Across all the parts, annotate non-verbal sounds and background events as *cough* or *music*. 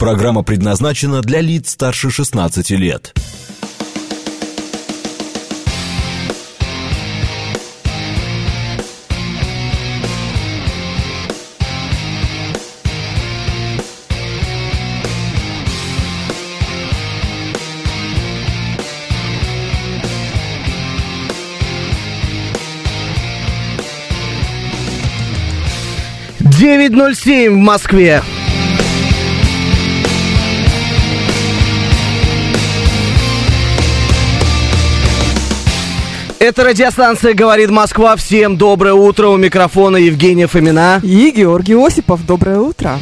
Программа предназначена для лиц старше 16 лет. Девять ноль семь в Москве. Это радиостанция «Говорит Москва». Всем доброе утро. У микрофона Евгения Фомина. И Георгий Осипов, доброе утро.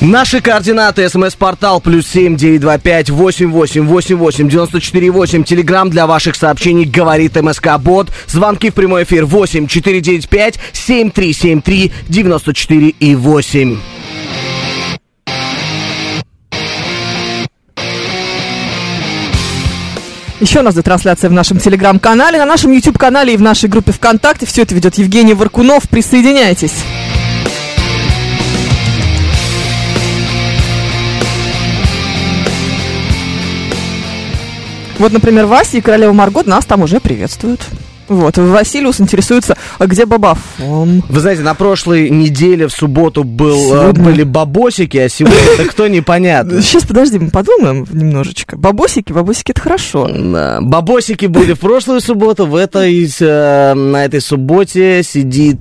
Наши координаты. СМС-портал плюс семь девять два пять восемь восемь восемь восемь девяносто четыре восемь. Телеграмм для ваших сообщений говорит МСК Бот. Звонки в прямой эфир восемь четыре девять пять семь три семь три девяносто четыре и восемь. Еще у нас идет трансляция в нашем телеграм-канале, на нашем YouTube-канале и в нашей группе ВКонтакте. Все это ведет Евгений Варкунов. Присоединяйтесь. Вот, например, Вася и королева Маргот нас там уже приветствуют. Вот, Василиус интересуется, а где Бабафон? Вы знаете, на прошлой неделе в субботу был, э, Сегодня. были бабосики, а сегодня это кто непонятно. Сейчас, подожди, мы подумаем немножечко. Бабосики, бабосики, это хорошо. Да, Бабосики были в прошлую субботу, в этой, э, на этой субботе сидит...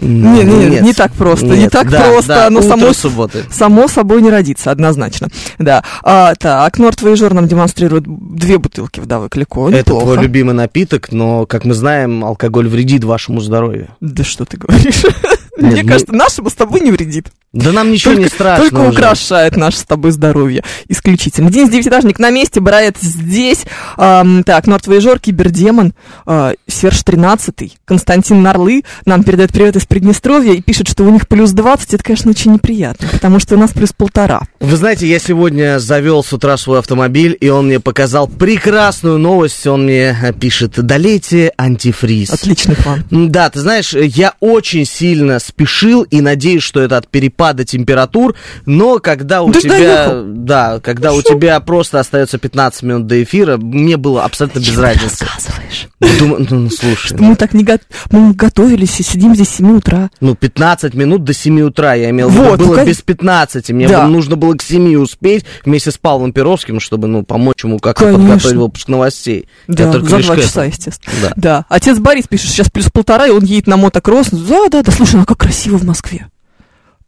Ну, Не, не, не, не так просто, не так просто, оно утро само- субботы. Само собой не родится, однозначно. Да. А, так, Нортва и Жор нам демонстрируют две бутылки вдовы Клико. Это Ну, Неплохо. твой любимый напиток, но, как мы знаем, алкоголь вредит вашему здоровью. Да что ты говоришь? *laughs* Нет, Мне ну- кажется, нашему с тобой не вредит. Да нам ничего не страшно Только уже. украшает наше с тобой здоровье. Исключительно. Денис Девятиэтажник на месте, Брайт здесь. Ам, так, Нортва и Жор, Кибердемон, а, Серж 13 Константин Нарлы нам передает привет из Приднестровья и пишет, что у них плюс 20. Это, конечно, очень неприятно, потому что у нас плюс полтора. Вы знаете, я сегодня завел с утра свой автомобиль, и он мне показал прекрасную новость. Он мне э, пишет, долейте антифриз. Отличный план. М, Да, ты знаешь, я очень сильно спешил и надеюсь, что это от перепада температур, но когда у Ты ж тебя, доехал. да, когда у тебя просто остается 15 минут до эфира, мне было абсолютно без Чего ты разницы. рассказываешь? Думаю, ну, слушай, Мы так не го- мы не готовились и сидим здесь с 7 утра. ну 15 минут до 7 утра, я имел в виду, Вот, ну, было кон- без 15, мне Да. бы нужно было к 7 успеть вместе с Павлом Перовским, чтобы, ну, помочь ему как-то Конечно. подготовить выпуск новостей. Да, я только за лишь два к часа, этому. естественно. Да. Да. Отец Борис пишет, сейчас плюс полтора, и он едет на мотокросс. Да, да, да, слушай, ну как красиво в Москве.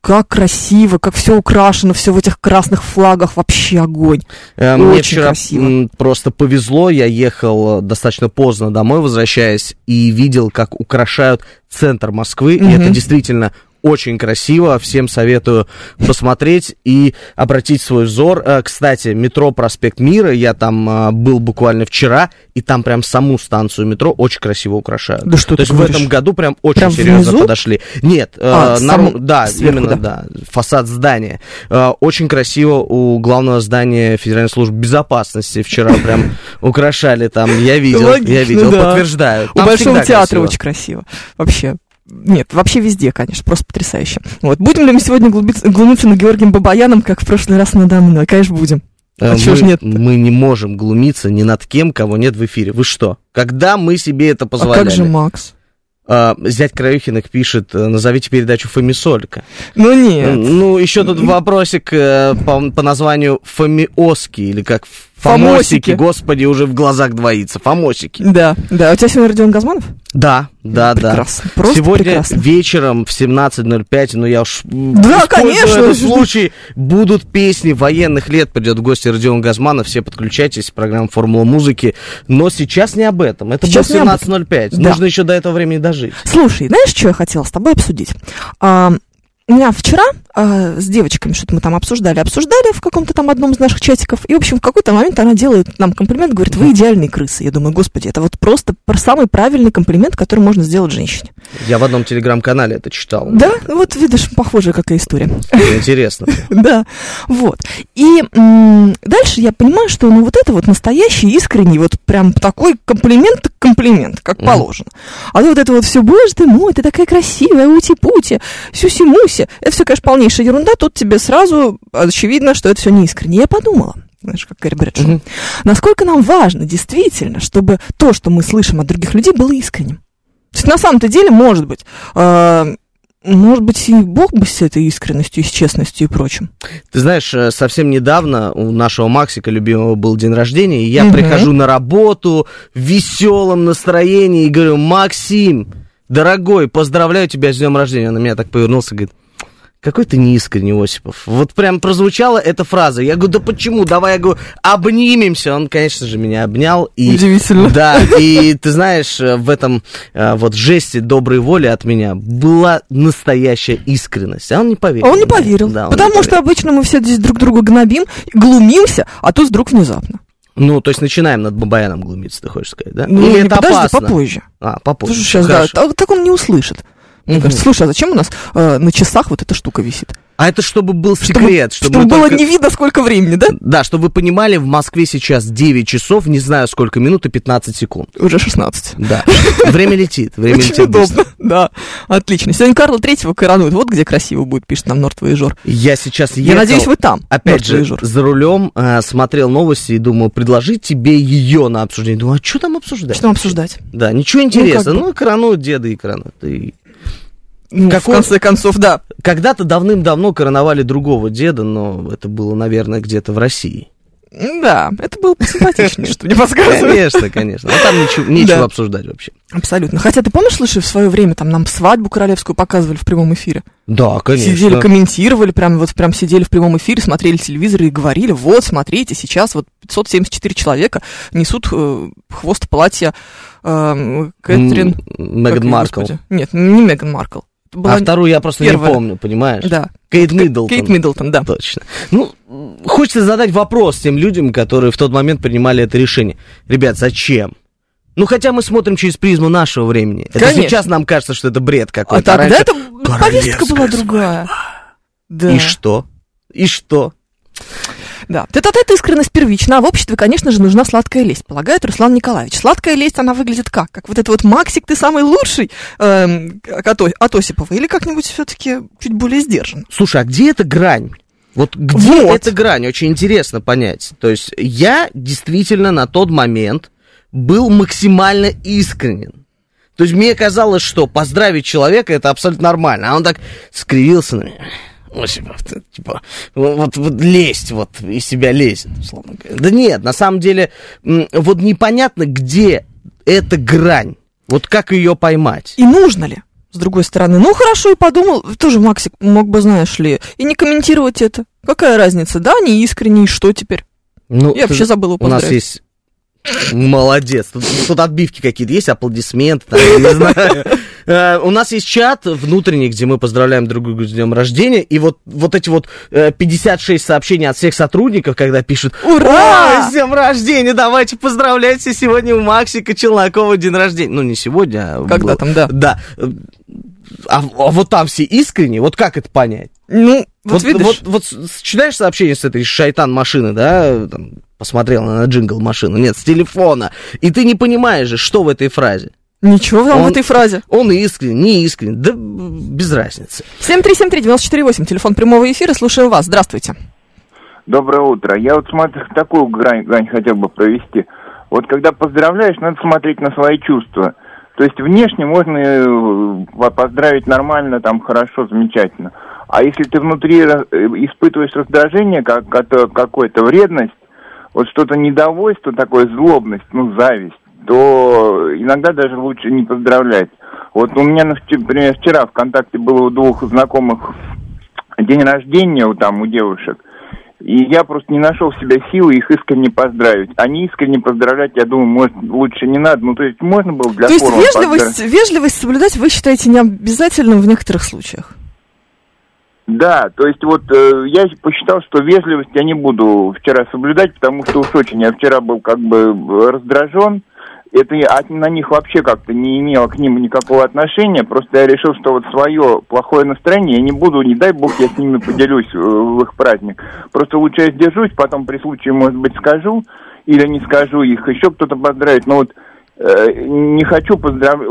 Как красиво, как все украшено, все в этих красных флагах, вообще огонь. Э, Ну, Мне очень вчера красиво. м, просто повезло, я ехал э, достаточно поздно домой, возвращаясь, и видел, как украшают центр Москвы, и это Мгм. действительно очень красиво, всем советую посмотреть и обратить свой взор. Э, Кстати, метро Проспект Мира, я там э, был буквально вчера, и там прям саму станцию метро очень красиво украшают. Да То что Ну, ты есть в говоришь? этом году прям очень Прям серьезно внизу? подошли. Нет, э, А, нару- сам да, сверху, именно, да, фасад здания. Э, Очень красиво у главного здания Федеральной службы безопасности вчера *laughs* прям украшали там. Я видел, я Логично, видел, да. подтверждаю. Там У Большого всегда театра красиво. очень красиво. Вообще. Нет, вообще везде, конечно, просто потрясающе. Вот. Будем ли мы сегодня глубиться- глумиться над Георгием Бабаяном, как в прошлый раз надо мной? Конечно, будем. Э, А чё ж мы- нет-то? Мы не можем глумиться ни над кем, кого нет в эфире. Вы что? Когда мы себе это А как же позволяли? Макс? Э, Зять Краюхиных пишет, э, назовите передачу «Фомисолька». Ну Э, нет. Ну, еще тут вопросик э, по, по названию «Фомиоски» или как «Фомосики». Фомосики. Господи, уже в глазах двоится. «Фомосики». Да, да. У тебя сегодня Родион Газманов? Да, да, да. Прекрасно. Просто Сегодня прекрасно. вечером в 17.05, ну я уж м, Да, использую конечно, этот ж- случай, будут песни военных лет, придет в гости Родион Газманов, все подключайтесь, программа «Формула музыки», но сейчас не об этом, это Сейчас был не об 17.05, Да. нужно еще до этого времени дожить. Слушай, знаешь, что я хотела с тобой обсудить? А, у меня вчера э, с девочками что-то мы там обсуждали, обсуждали в каком-то там одном из наших чатиков, и, в общем, в какой-то момент она делает нам комплимент, говорит, вы идеальные крысы. Я думаю, господи, это вот просто пр- самый правильный комплимент, который можно сделать женщине. Я в одном телеграм-канале это читал. Да, Ну вот видишь, похожая какая история. *laughs* Интересно. Да, вот. И м, дальше я понимаю, что ну вот это вот настоящий, искренний, вот прям такой комплимент, так комплимент, как Мгм. положено. А то вот это вот все, боже ты мой, ты такая красивая, ути-пути, сюси-муси. Это все, конечно, полнейшая ерунда, тут тебе сразу очевидно, что это все не искренне. Я подумала, знаешь, как Гарри Брэдшоу, Мгм. насколько нам важно действительно, чтобы то, что мы слышим от других людей, было искренним. То есть на самом-то деле, может быть, э, может быть, и Бог бы с этой искренностью, и с честностью и прочим. Ты знаешь, э, совсем недавно у нашего Максика любимого был день рождения, и я Мгм. прихожу на работу в веселом настроении и говорю, Максим, дорогой, поздравляю тебя с днем рождения. Он на меня так повернулся и говорит, какой ты неискренний, Осипов. Вот прям прозвучала эта фраза. Я говорю, да почему? Давай, я говорю, обнимемся. Он, конечно же, меня обнял. И Удивительно. Да, и ты знаешь, э, в этом э, вот жесте доброй воли от меня была настоящая искренность. А он не поверил. А он не мне. поверил. Да, он не потому что поверил. обычно мы все здесь друг друга гнобим, глумимся, а тут вдруг внезапно. Ну, то есть начинаем над Бабаяном глумиться, ты хочешь сказать, да? Ну, Или не, это подожди, опасно? попозже. А, попозже. Слушай, сейчас, да, Хорошо. та- так он не услышит. Мне Мгм. кажется, Слушай, а зачем у нас э, на часах вот эта штука висит? А это чтобы был секрет, чтобы, мы Чтобы было только- не видно, сколько времени, да? Да, чтобы вы понимали, в Москве сейчас 9 часов, не знаю сколько минут и 15 секунд. Уже 16. Да. *laughs* Время летит, время Очень летит быстро. удобно. *laughs* Да, отлично. Сегодня Карла Третьего коронуют. Вот где красиво будет, пишет нам Нортвейжор. Я сейчас ехал. Я надеюсь, вы там. Опять же, Нортвейжор. за рулем э, смотрел новости и думал, предложить тебе ее на обсуждение. Думаю, а что там обсуждать? Что нам обсуждать? Да, ничего интересного. бы. Ну, коронуют деда и коронуют. И Ну, В Какой- конце концов, да. Когда-то давным-давно короновали другого деда, но это было, наверное, где-то в России. Да, это было *laughs* симпатичнее, что мне подсказывает. Конечно, конечно. А там *laughs* ничего, нечего Да. обсуждать вообще. Абсолютно. Хотя ты помнишь, слушай, в свое время там нам свадьбу королевскую показывали в прямом эфире. Да, конечно. Сидели, комментировали, прям вот прям сидели в прямом эфире, смотрели телевизор и говорили, вот, смотрите, сейчас вот 574 человека несут э, хвост платья эм, Кэтрин... М, как Меган её, Маркл. господи? Нет, не Меган Маркл. Это была- А вторую я просто первая. не помню, понимаешь? Да, Кейт Миддлтон. Кейт Миддлтон, да. Точно. Ну, м, хочется задать вопрос тем людям, которые в тот момент принимали это решение. Ребят, зачем? Ну, хотя мы смотрим через призму нашего времени. Это Конечно. сейчас нам кажется, что это бред А какой-то. тогда раньше- это повестка королевская была другая. Да. И что? И что? Да. Тет-а-тет искренность первична, а в обществе, конечно же, нужна сладкая лесть, полагает Руслан Николаевич. Сладкая лесть, она выглядит как? Как вот этот вот Максик, ты самый лучший эм, от, О- от Осипова, или как-нибудь все-таки чуть более сдержан? Слушай, а где эта грань? Вот где Вот. эта грань? Очень интересно понять. То есть я действительно на тот момент был максимально искренен. То есть мне казалось, что поздравить человека это абсолютно нормально. А он так скривился на меня. Осипов, ты, типа, вот, вот- вот лезть, вот из себя лезет, условно говоря. Да нет, на самом деле, м, вот непонятно, где эта грань. Вот как ее поймать. И нужно ли? С другой стороны, ну хорошо, и подумал, тоже Максик мог бы, знаешь ли, и не комментировать это. Какая разница, да, не искренне, и что теперь? Ну, Я ты- вообще забыла У нас поздравить. есть... Молодец. Тут, тут отбивки какие-то есть, аплодисменты, там, я *laughs* не знаю. Э, У нас есть чат внутренний, где мы поздравляем друг друга с днем рождения. И вот, вот эти вот э, 56 сообщений от всех сотрудников, когда пишут «Ура! Ура! С днем рождения! Давайте поздравляйте! Сегодня у Максика Челнокова день рождения!» Ну, не сегодня, а... Когда был. там, да. Да. Э, А, в- а вот там все искренне, вот как это понять? Ну, вот, видишь. вот, вот с- с- читаешь сообщение с этой шайтан машины, да, э, там, посмотрел на джингл машину, нет, с телефона, и ты не понимаешь же, что в этой фразе. Ничего там в Он- этой фразе. Он искренен, не искренен, да м, без разницы. 7373948, телефон прямого эфира, слушаю вас, здравствуйте. Доброе утро. Я вот смотрю, такую грань, грань хотел бы провести. Вот когда поздравляешь, надо смотреть на свои чувства. То есть внешне можно э, по- поздравить нормально, там хорошо, замечательно. А если ты внутри ра- э, испытываешь раздражение, как, кото- какое-то вредность, вот что-то недовольство, такое злобность, ну, зависть, то иногда даже лучше не поздравлять. Вот у меня, навч- например, вчера ВКонтакте было у двух знакомых день рождения у, там, у девушек. И я просто не нашел в себе силы их искренне поздравить. Они искренне поздравлять, я думаю, может, лучше не надо. Ну, то есть можно было для То есть формы поздравить. вежливость, вежливость соблюдать вы считаете необязательным в некоторых случаях? Да, то есть вот э, я посчитал, что вежливость я не буду вчера соблюдать, потому что уж очень я вчера был как бы раздражен. Это я от- на них вообще как-то не имело к ним никакого отношения. Просто я решил, что вот свое плохое настроение я не буду, не дай бог, я с ними поделюсь э, в их праздник. Просто лучше я сдержусь, потом при случае, может быть, скажу или не скажу их, еще кто-то поздравит. Но вот э, не хочу поздравить,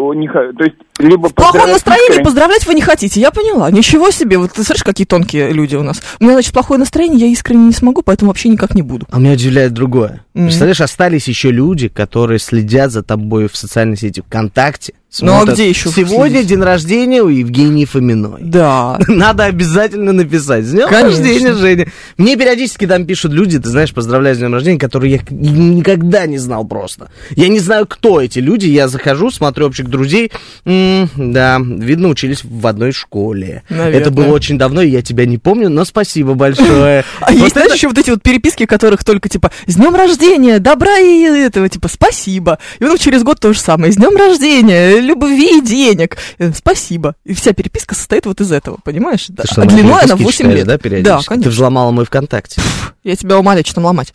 то есть либо В плохом поздравить настроении искренне- поздравлять вы не хотите, я поняла. Ничего себе, вот ты смотришь, какие тонкие люди у нас. У меня, значит, плохое настроение, я искренне не смогу, поэтому вообще никак не буду. А меня удивляет другое. Мгм. Представляешь, остались еще люди, которые следят за тобой в социальной сети ВКонтакте. Ну, а смотрят. где еще Сегодня следить? день рождения у Евгении Фоминой. Да. *laughs* Надо обязательно написать. С днем Конечно. рождения, Женя. Мне периодически там пишут люди, ты знаешь, поздравляю с днем рождения, которые я к- никогда не знал просто. Я не знаю, кто эти люди. Я захожу, смотрю общих друзей. М, да, видно, учились в одной школе. Наверное. Это было очень давно, и я тебя не помню, но спасибо большое. *laughs* Вот А есть, знаешь, это- еще вот эти вот переписки, в которых только типа «С днем рождения! Добра и этого!» Типа «Спасибо!» И потом через год то же самое «С днем рождения! Любви и денег! Э, Спасибо!» И вся переписка состоит вот из этого, понимаешь? Да. Ты что, А мои длиной она переписки 8 читаешь, лет. Да, да, периодически? Ты конечно. взломала мой ВКонтакте. *laughs* Ну, Я тебя умоляю, что там ломать.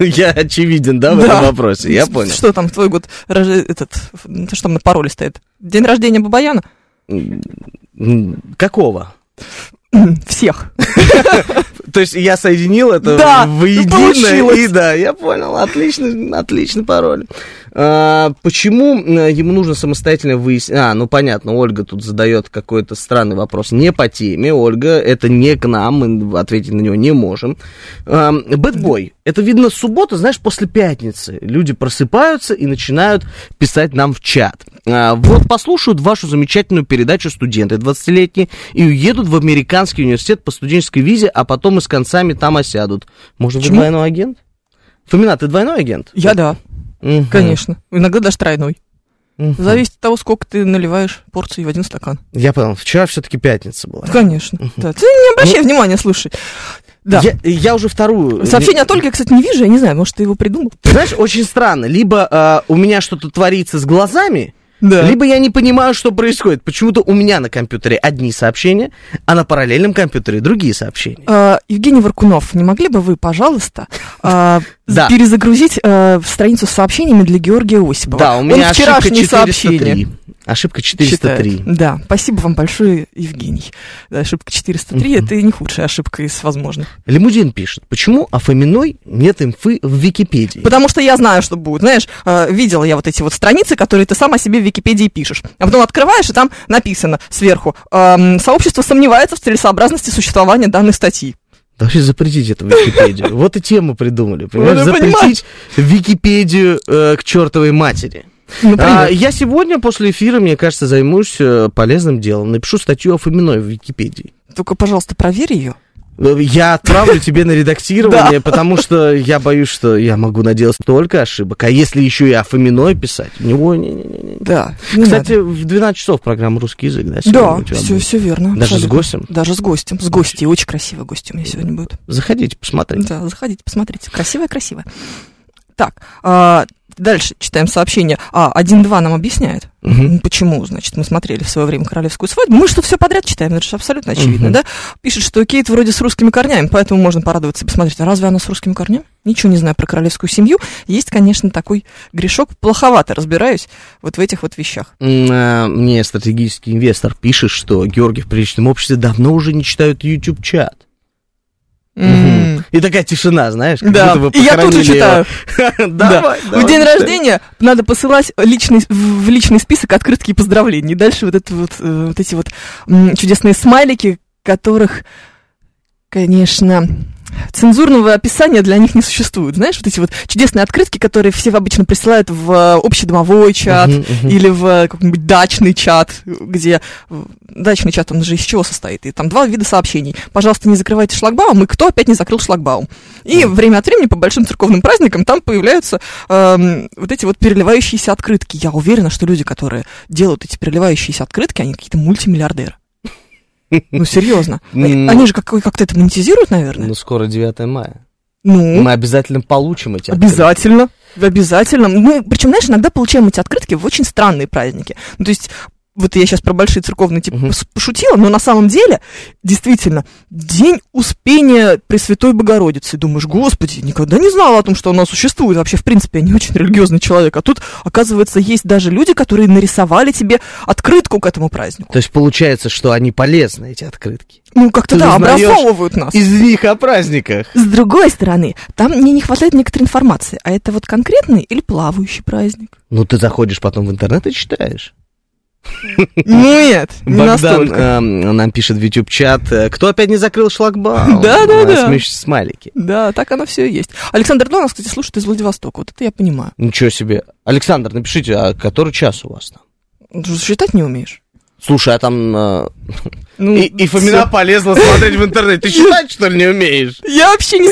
Я очевиден, да, в Да. этом вопросе? Я С- понял. Что там в твой год, рож- этот, ф- ну, что там на пароле стоит? День рождения Бабаяна? *clears throat* М, Какого? Всех. То есть я соединил это Да, ну, воедино, получилось. и да, я понял, отлично, отличный пароль. А, почему э, ему нужно самостоятельно выяснить... А, ну понятно, Ольга тут задает какой-то странный вопрос, не по теме, Ольга, это не к нам, мы ответить на него не можем. Бэтбой, это видно с субботы, знаешь, после пятницы. Люди просыпаются и начинают писать нам в чат. А, Вот послушают вашу замечательную передачу студенты 20-летние и уедут в американский университет по студенческой визе, а потом и с концами там осядут. Может быть, Почему? двойной агент? Фомина, ты двойной агент? Я да, Мгм. конечно. Иногда даже тройной. Мгм. Зависит от того, сколько ты наливаешь порции в один стакан. Я понял, вчера все-таки пятница была. Конечно. Да. Ты не обращай внимания, слушай. Да. Ну, Я, я уже вторую. Сообщение от Ольги, я, кстати, не вижу, я не знаю, может, ты его придумал. Знаешь, очень странно. Либо а, у меня что-то творится с глазами, Либо- либо я не понимаю, что происходит. Почему-то у меня на компьютере одни сообщения, а на параллельном компьютере другие сообщения. А, Евгений Варкунов, не могли бы вы, пожалуйста, а, Да. перезагрузить а, в страницу с сообщениями для Георгия Осипова? Да, у меня Он ошибка вчерашние сообщения 403. Ошибка 403. читает. Да, спасибо вам большое, Евгений. Да, ошибка 403 это не худшая ошибка из возможных. Лимудин пишет, почему о Фоминой нет инфы в Википедии? Потому что я знаю, что будет. Знаешь, э, видела я вот эти вот страницы, которые ты сам о себе в Википедии пишешь. А потом открываешь, и там написано сверху. эм, Сообщество сомневается в целесообразности существования данной статьи. Да Вообще запретить это в *laughs* Википедию. Вот и тему придумали. Понимаешь, я понимаю. запретить Википедию э, к чертовой матери. А, Ну, Например. я сегодня после эфира, мне кажется, займусь э, полезным делом. Напишу статью о Фоминой в Википедии. Только, пожалуйста, проверь ее. Э, Я отправлю тебе на *laughs* редактирование, потому что я боюсь, что я могу наделать только ошибок. А если еще и о Фоминой писать? Не, не, не, не. Да. не Кстати, в 12 часов программа «Русский язык», да? надо. сегодня у да, тебя все, будет? все верно. Даже с абсолютно. гостем? Даже с гостем. С гостей. Очень красивый гость у меня сегодня будет. Заходите, посмотрите. Да, заходите, посмотрите. Красивое-красивое. Так, а, дальше читаем сообщение. А, 1-2 нам объясняет. Мгм. Ну, Почему, значит, мы смотрели в свое время «Королевскую свадьбу». Мы что, все подряд читаем, это же абсолютно очевидно, Мгм. да? Пишет, что Кейт вроде с русскими корнями, поэтому можно порадоваться и посмотреть. А разве она с русскими корнями? Ничего не знаю про королевскую семью. Есть, конечно, такой грешок. Плоховато разбираюсь вот в этих вот вещах. М, а, Мне стратегический инвестор пишет, что Георгий в приличном обществе давно уже не читают YouTube-чат. М. И такая тишина, знаешь, как Да, будто бы и я тут же похоронили читаю. его. Да. *laughs* Давай, в давай, Ну, день читай. рождения надо посылать личный, в в личный список открытки и поздравлений. И дальше вот, это вот, э, вот эти вот м, чудесные смайлики, которых, конечно, цензурного описания для них не существует. Знаешь, вот эти вот чудесные открытки, которые все обычно присылают в э, общедомовой чат Мгм, мгм. или в э, какой-нибудь дачный чат, где э, дачный чат, он же из чего состоит? И там два вида сообщений. Пожалуйста, не закрывайте шлагбаум, и кто опять не закрыл шлагбаум? И время от времени по большим церковным праздникам там появляются эм, вот эти вот переливающиеся открытки. Я уверена, что люди, которые делают эти переливающиеся открытки, они какие-то мультимиллиардеры. Ну, серьезно. М. Они же как- как-то это монетизируют, *laughs* наверное. Ну, скоро 9 мая. Ну, Мы обязательно получим эти открытки. Обязательно. Обязательно. Ну, причем, знаешь, иногда получаем эти открытки в очень странные праздники. Ну, то есть вот я сейчас про большие церковные типа пос- пошутила, но на самом деле, действительно, день успения Пресвятой Богородицы. И Думаешь, господи, никогда не знала о том, что она существует. Вообще, в принципе, я не очень религиозный человек. А тут, оказывается, есть даже люди, которые нарисовали тебе открытку к этому празднику. То есть получается, что они полезны, эти открытки. Ну, как-то Ты да, узнаешь образовывают нас. Из них о праздниках. С другой стороны, там мне не хватает некоторой информации. А это вот конкретный или плавающий праздник? Ну, ты заходишь потом в интернет и читаешь. Нет, не Богдан настолько. эм, нам пишет в YouTube-чат, э, кто опять не закрыл *laughs* шлагбаум? Да-да-да. Смеш- смайлики. Да, так оно все и есть. Александр Дон нас, кстати, слушает из Владивостока. Вот это я понимаю. Ничего себе. Александр, напишите, а который час у вас там? Ты же Считать не умеешь. Слушай, а там... э, Ну, и, и Фомина всё. полезла смотреть в интернет. Ты считать, что ли, не умеешь? Я вообще не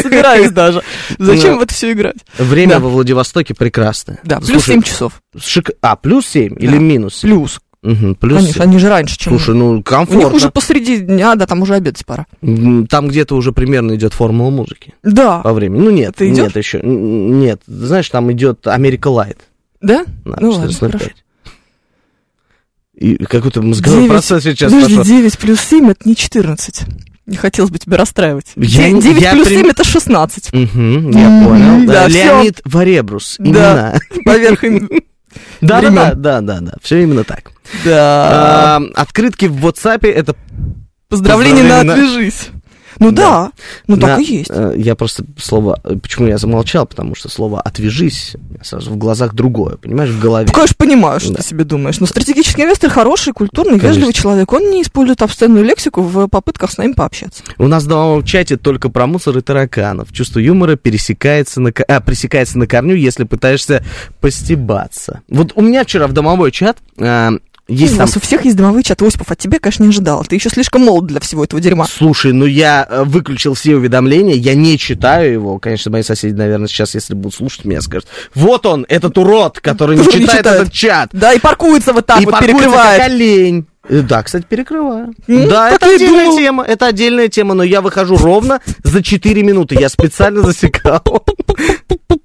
*laughs* собираюсь даже. Зачем Ну. в это все играть? Время Да. во Владивостоке прекрасное. Да, плюс Слушай, 7 часов. шик- А, плюс 7 или Да. минус? Плюс. Мгм, плюс Конечно, семь. они же раньше, чем... Слушай, ну у них уже комфортно. посреди дня, да, там уже обедать пора. М, Там где-то уже примерно идет формула музыки Да, по времени. Ну нет, Ты идёшь? нет еще. Н- Нет, знаешь, там идет Америка Лайт. да? на Ну ладно, 14:05. хорошо. И какой-то мозговой Девять. процесс сейчас Подожди, пошел. 9 плюс 7 это не 14. Не хотелось бы тебя расстраивать. Я не- 9 я плюс прим- 7 это 16. Мгм, Мгм, я понял. да, Да, всё. Леонид Варебрус. Да. Имена. *laughs* Поверх им- Да, да, да, Времён. да, да, да. Все именно так. Да. А, Открытки в WhatsApp это Поздравление на поздравление на- «Отвяжись». Ну да, ну так на- и есть. э, Я просто слово. э, Почему я замолчал? Потому что слово отвяжись сразу в глазах другое, понимаешь, в голове. Ну, конечно, понимаю, что Да. ты себе думаешь. Но стратегический инвестор хороший, культурный, Конечно. вежливый человек. Он не использует обсценную лексику в попытках с нами пообщаться. У нас в новом чате только про мусор и тараканов. Чувство юмора пересекается на, ко- а, пресекается на корню, если пытаешься постебаться. Вот у меня вчера в домовой чат а, есть Ну, у там... нас у всех есть домовые чат Осипов. От тебя, конечно, не ожидала. Ты еще слишком молод для всего этого дерьма. Слушай, ну я э, выключил все уведомления, я не читаю его. Конечно, мои соседи, наверное, сейчас, если будут слушать меня, скажут, вот он, этот урод, который не Который не читает читает. этот чат. Да, и паркуется вот так и вот, паркуется перекрывает. как олень. Э, Да, кстати, перекрываю. Ну, да, так это я и отдельная думал. тема, это отдельная тема, но я выхожу ровно за 4 минуты, я специально засекал.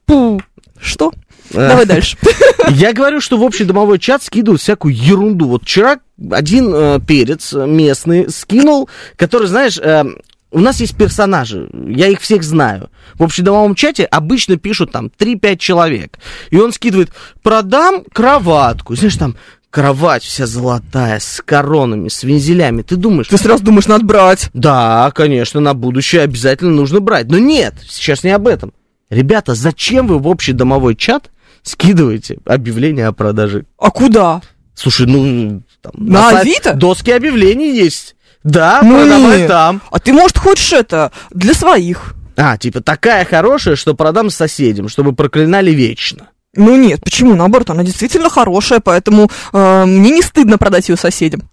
Пу. Что? Давай дальше. *laughs* Я говорю, что в общий домовой чат скидывают всякую ерунду. Вот вчера один э, перец э, местный скинул, который, знаешь, э, у нас есть персонажи, я их всех знаю. В общедомовом чате обычно пишут там 3-5 человек. И он скидывает, продам кроватку. И Знаешь, там кровать вся золотая, с коронами, с вензелями. Ты думаешь, Ты сразу думаешь, надо брать. да, конечно, на будущее обязательно нужно брать. Но нет, сейчас не об этом. Ребята, зачем вы в общий домовой чат скидываете объявление о продаже? А куда? Слушай, ну... Там, На сайте Авито? Доски объявлений есть. Да, Ну продавай нет. там. А ты, может, хочешь это для своих? А, типа, такая хорошая, что продам соседям, чтобы проклинали вечно. Ну нет, почему? Наоборот, она действительно хорошая, поэтому э, мне не стыдно продать ее соседям.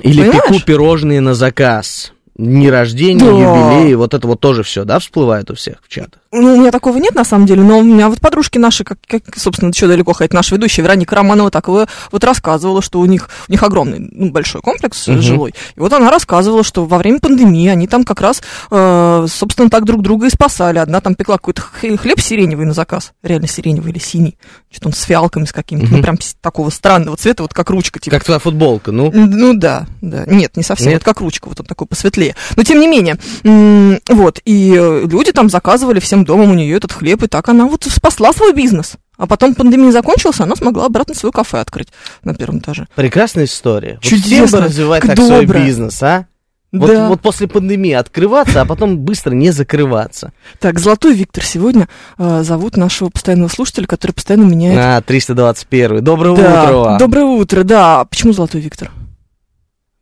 Или Понимаешь? пеку пирожные на заказ. Дни рождения, Да. юбилеи, вот это вот тоже все, да, всплывает у всех в чатах. Ну, у меня такого нет, на самом деле, но у меня вот подружки наши, как, как, собственно, еще далеко ходить, наша ведущая Вероника Романова так вы- вот рассказывала, что у них, у них огромный, ну, большой комплекс э, Мгм. жилой. И вот она рассказывала, что во время пандемии они там как раз, э, собственно, так друг друга и спасали. Одна там пекла какой-то хе- хлеб сиреневый на заказ, реально сиреневый или синий, что-то он с фиалками с какими-то, ну, Мгм. прям с- такого странного цвета, вот как ручка, типа Как твоя футболка, ну? Ну да, да. Нет, не совсем. Нет? Вот как ручка, вот он такой посветлее. Но тем не менее, м, вот, и э, люди там заказывали всем домом у нее этот хлеб, и так она вот спасла свой бизнес. А потом пандемия закончилась, она смогла обратно свое кафе открыть на первом этаже. Прекрасная история. Вот Чудесно, всем бы развивать как так свой добро. бизнес, а? Вот, Да. вот после пандемии открываться, а потом быстро не закрываться. Так, Золотой Виктор сегодня э, зовут нашего постоянного слушателя, который постоянно меняет. А, 321. Доброе Да. утро вам. Доброе утро, да. Почему Золотой Виктор?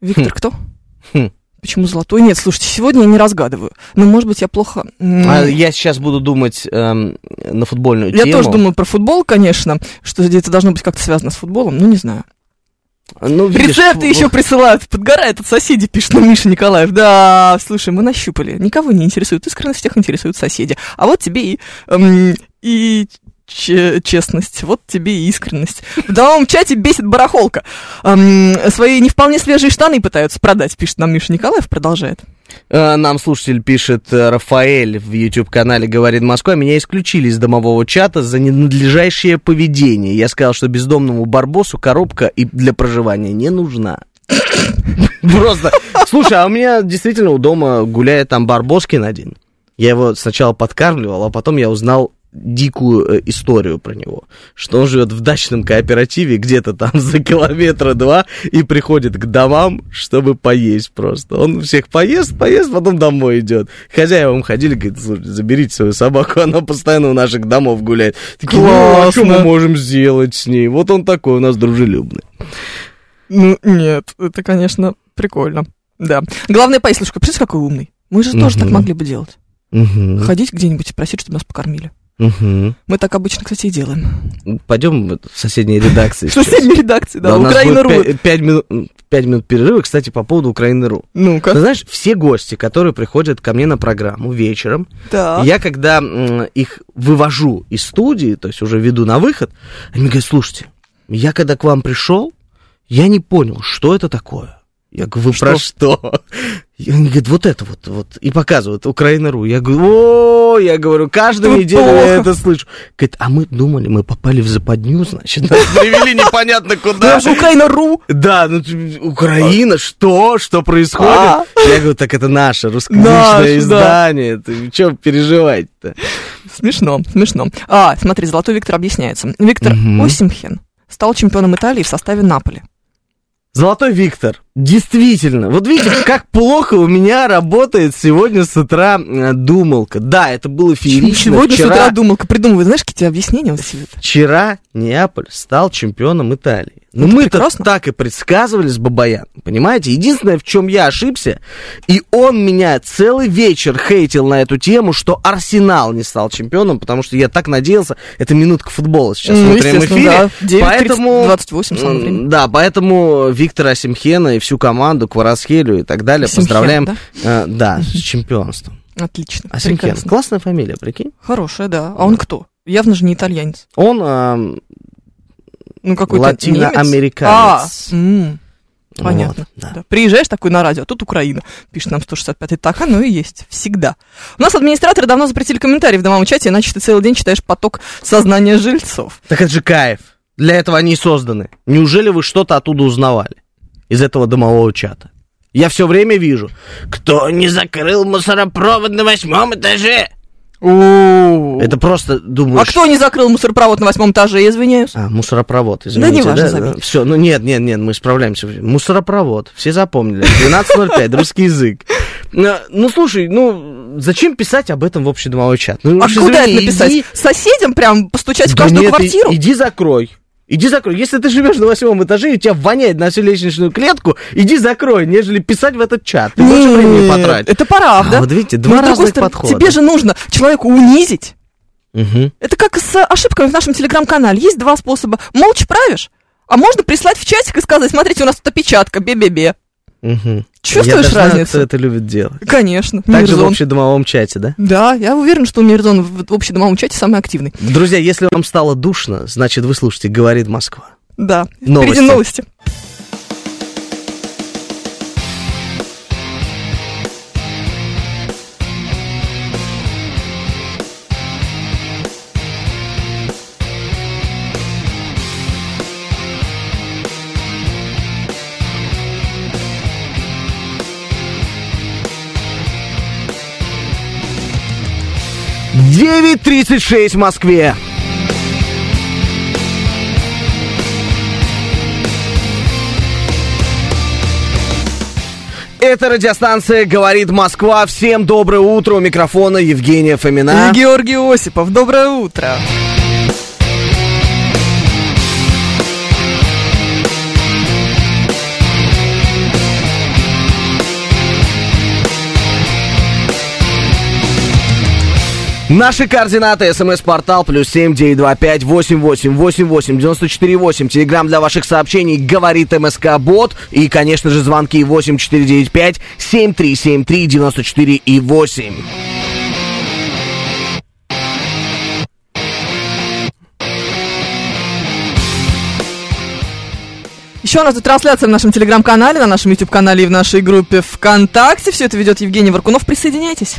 Виктор Хм. кто? Хм. Почему Золотой? Нет, слушайте, сегодня я не разгадываю. Но, может быть, я плохо... м, А, я сейчас буду думать эм, на футбольную Я тему. тоже думаю про футбол, конечно, что это должно быть как-то связано с футболом, ну не знаю. Ну, видишь, Рецепты фу- еще присылают, подгорает от соседи, пишет нам Миша Николаев. Да, слушай, мы нащупали, никого не интересует, искренность всех интересуют соседи. А вот тебе и, эм, и че- честность, вот тебе и искренность. В домовом чате бесит барахолка. Эм, свои не вполне свежие штаны пытаются продать, пишет нам Миша Николаев, продолжает. Э, Нам слушатель пишет э, Рафаэль в YouTube-канале «Говорит Москва». Меня исключили из домового чата за ненадлежащее поведение. Я сказал, что бездомному барбосу коробка и для проживания не нужна. Просто. Слушай, а у меня действительно у дома гуляет там Барбоскин один. Я его сначала подкармливал, а потом я узнал дикую э, историю про него, что он живет в дачном кооперативе где-то там за километра два и приходит к домам, чтобы поесть просто. Он всех поест, поест, потом домой идет. Хозяевам ходили, говорит, слушайте, заберите свою собаку, она постоянно у наших домов гуляет. Такие, ну, а что мы Классно. можем сделать с ней? Вот он такой у нас дружелюбный. Ну, нет, это, конечно, прикольно. Да. Главное, поесть, Лешка, представляешь, какой умный. Мы же тоже так Мгм. могли бы делать. Мгм, Ходить где-нибудь и просить, чтобы нас покормили. мгм. Мы так обычно, кстати, и делаем. Пойдем Ну, в эту- в соседние редакции. Что с сейчас. этими редакции, да, у нас будет Украина.ру. пя- пять минут- м, Пять минут перерыва, кстати, по поводу Украины.ру. Ты Ну-ка. знаешь, все гости, которые приходят ко мне на программу вечером, Да. я когда м, их вывожу из студии, то есть уже веду на выход, они мне говорят, слушайте, я когда к вам пришел, я не понял, что это такое. Я говорю, вы про что? И они говорят, вот это вот, вот. И показывают Украина.ру. Я говорю, о, я говорю, каждую Тут неделю плохо. я это слышу. Говорит, а мы думали, мы попали в западню, значит, нас привели непонятно куда. Там же Украина.ру. Да, ну ты- Украина, что? Что происходит? А. Я говорю, так это наше Наше, да. русскоязычное издание. Ты чё переживать-то? Смешно, смешно. А, смотри, Золотой Виктор объясняется. Виктор Мгм. Осимхен стал чемпионом Италии в составе Наполи. Золотой Виктор, действительно, вот видите, как плохо у меня работает сегодня с утра э, думалка. Да, это было феерично. Сегодня с утра вчера, думалка придумываю. Знаешь, какие тебе объяснения вот эти вот? вчера Неаполь стал чемпионом Италии. Но Это мы-то прекрасно. так и предсказывали с Бабаян, понимаете? Единственное, в чем я ошибся, и он меня целый вечер хейтил на эту тему, что Арсенал не стал чемпионом, потому что я так надеялся, это минутка футбола сейчас Ну, в утреннем естественно, эфире. да. 9:30, поэтому 28 самое время. М, Да, поэтому Виктора Асимхена и всю команду, Кварасхелю и так далее Асимхен, поздравляем да? э, да, с чемпионством. Отлично. Асимхен. прекрасно. Классная фамилия, прикинь. Хорошая, да. А он кто? Явно же не итальянец. Он эм, Ну, какой-то Латиноамериканец. немец. А, м, понятно. вот, да. Да. Приезжаешь такой на радио, а тут Украина. Пишет нам 165-й так, оно и есть. Всегда. У нас администраторы давно запретили комментарии в домовом чате, иначе ты целый день читаешь поток сознания жильцов. Так это же кайф. Для этого они и созданы. Неужели вы что-то оттуда узнавали? Из этого домового чата. Я все время вижу. Кто не закрыл мусоропровод на восьмом этаже? Это Это просто, думаешь... а кто не закрыл мусоропровод на восьмом этаже, я извиняюсь? А, мусоропровод, извините. неважно, заметь. Все, ну нет, нет, нет, мы справляемся. Мусоропровод, все запомнили. 12.05, русский язык. Ну, Ну, слушай, ну, зачем писать об этом в общедомовой чат? Ну, А уж куда это извини, написать? иди- Соседям прям постучать в Да каждую нет, и- квартиру? Иди закрой. Иди закрой. Если ты живешь на восьмом этаже, и у тебя воняет на всю лестничную клетку, иди закрой, нежели писать в этот чат. Ты больше времени Нет, потратишь. Это правда. А, вот видите, Но два с другой разных стороны, подхода. Тебе же нужно человеку унизить. Мгм. Это как с ошибками в нашем телеграм-канале. Есть два способа. Молча правишь, а можно прислать в чатик и сказать, смотрите, у нас тут опечатка, бе-бе-бе. Мгм. Я Чувствуешь даже знаю, разницу? кто это любит делать. Конечно, Также в Мирзон. общедомовом чате, да? Да, я уверен, что Мирзон в общедомовом чате самый активный. Друзья, если вам стало душно, значит вы слушаете «Говорит Москва». Да, Новости. впереди новости. Девять тридцать шесть в Москве. Это радиостанция «Говорит Москва». Всем доброе утро. У микрофона Евгения Фомина. И Георгий Осипов, доброе утро. Наши координаты. СМС-портал плюс семь девять два пять восемь восемь восемь восемь девяносто четыре восемь. Телеграмм для ваших сообщений говорит МСК Бот. И, конечно же, звонки восемь четыре девять пять семь три семь три девяносто четыре и восемь. И Еще у нас тут трансляция в нашем телеграм-канале, на нашем YouTube-канале и в нашей группе ВКонтакте. Все это ведет Евгений Варкунов. Присоединяйтесь.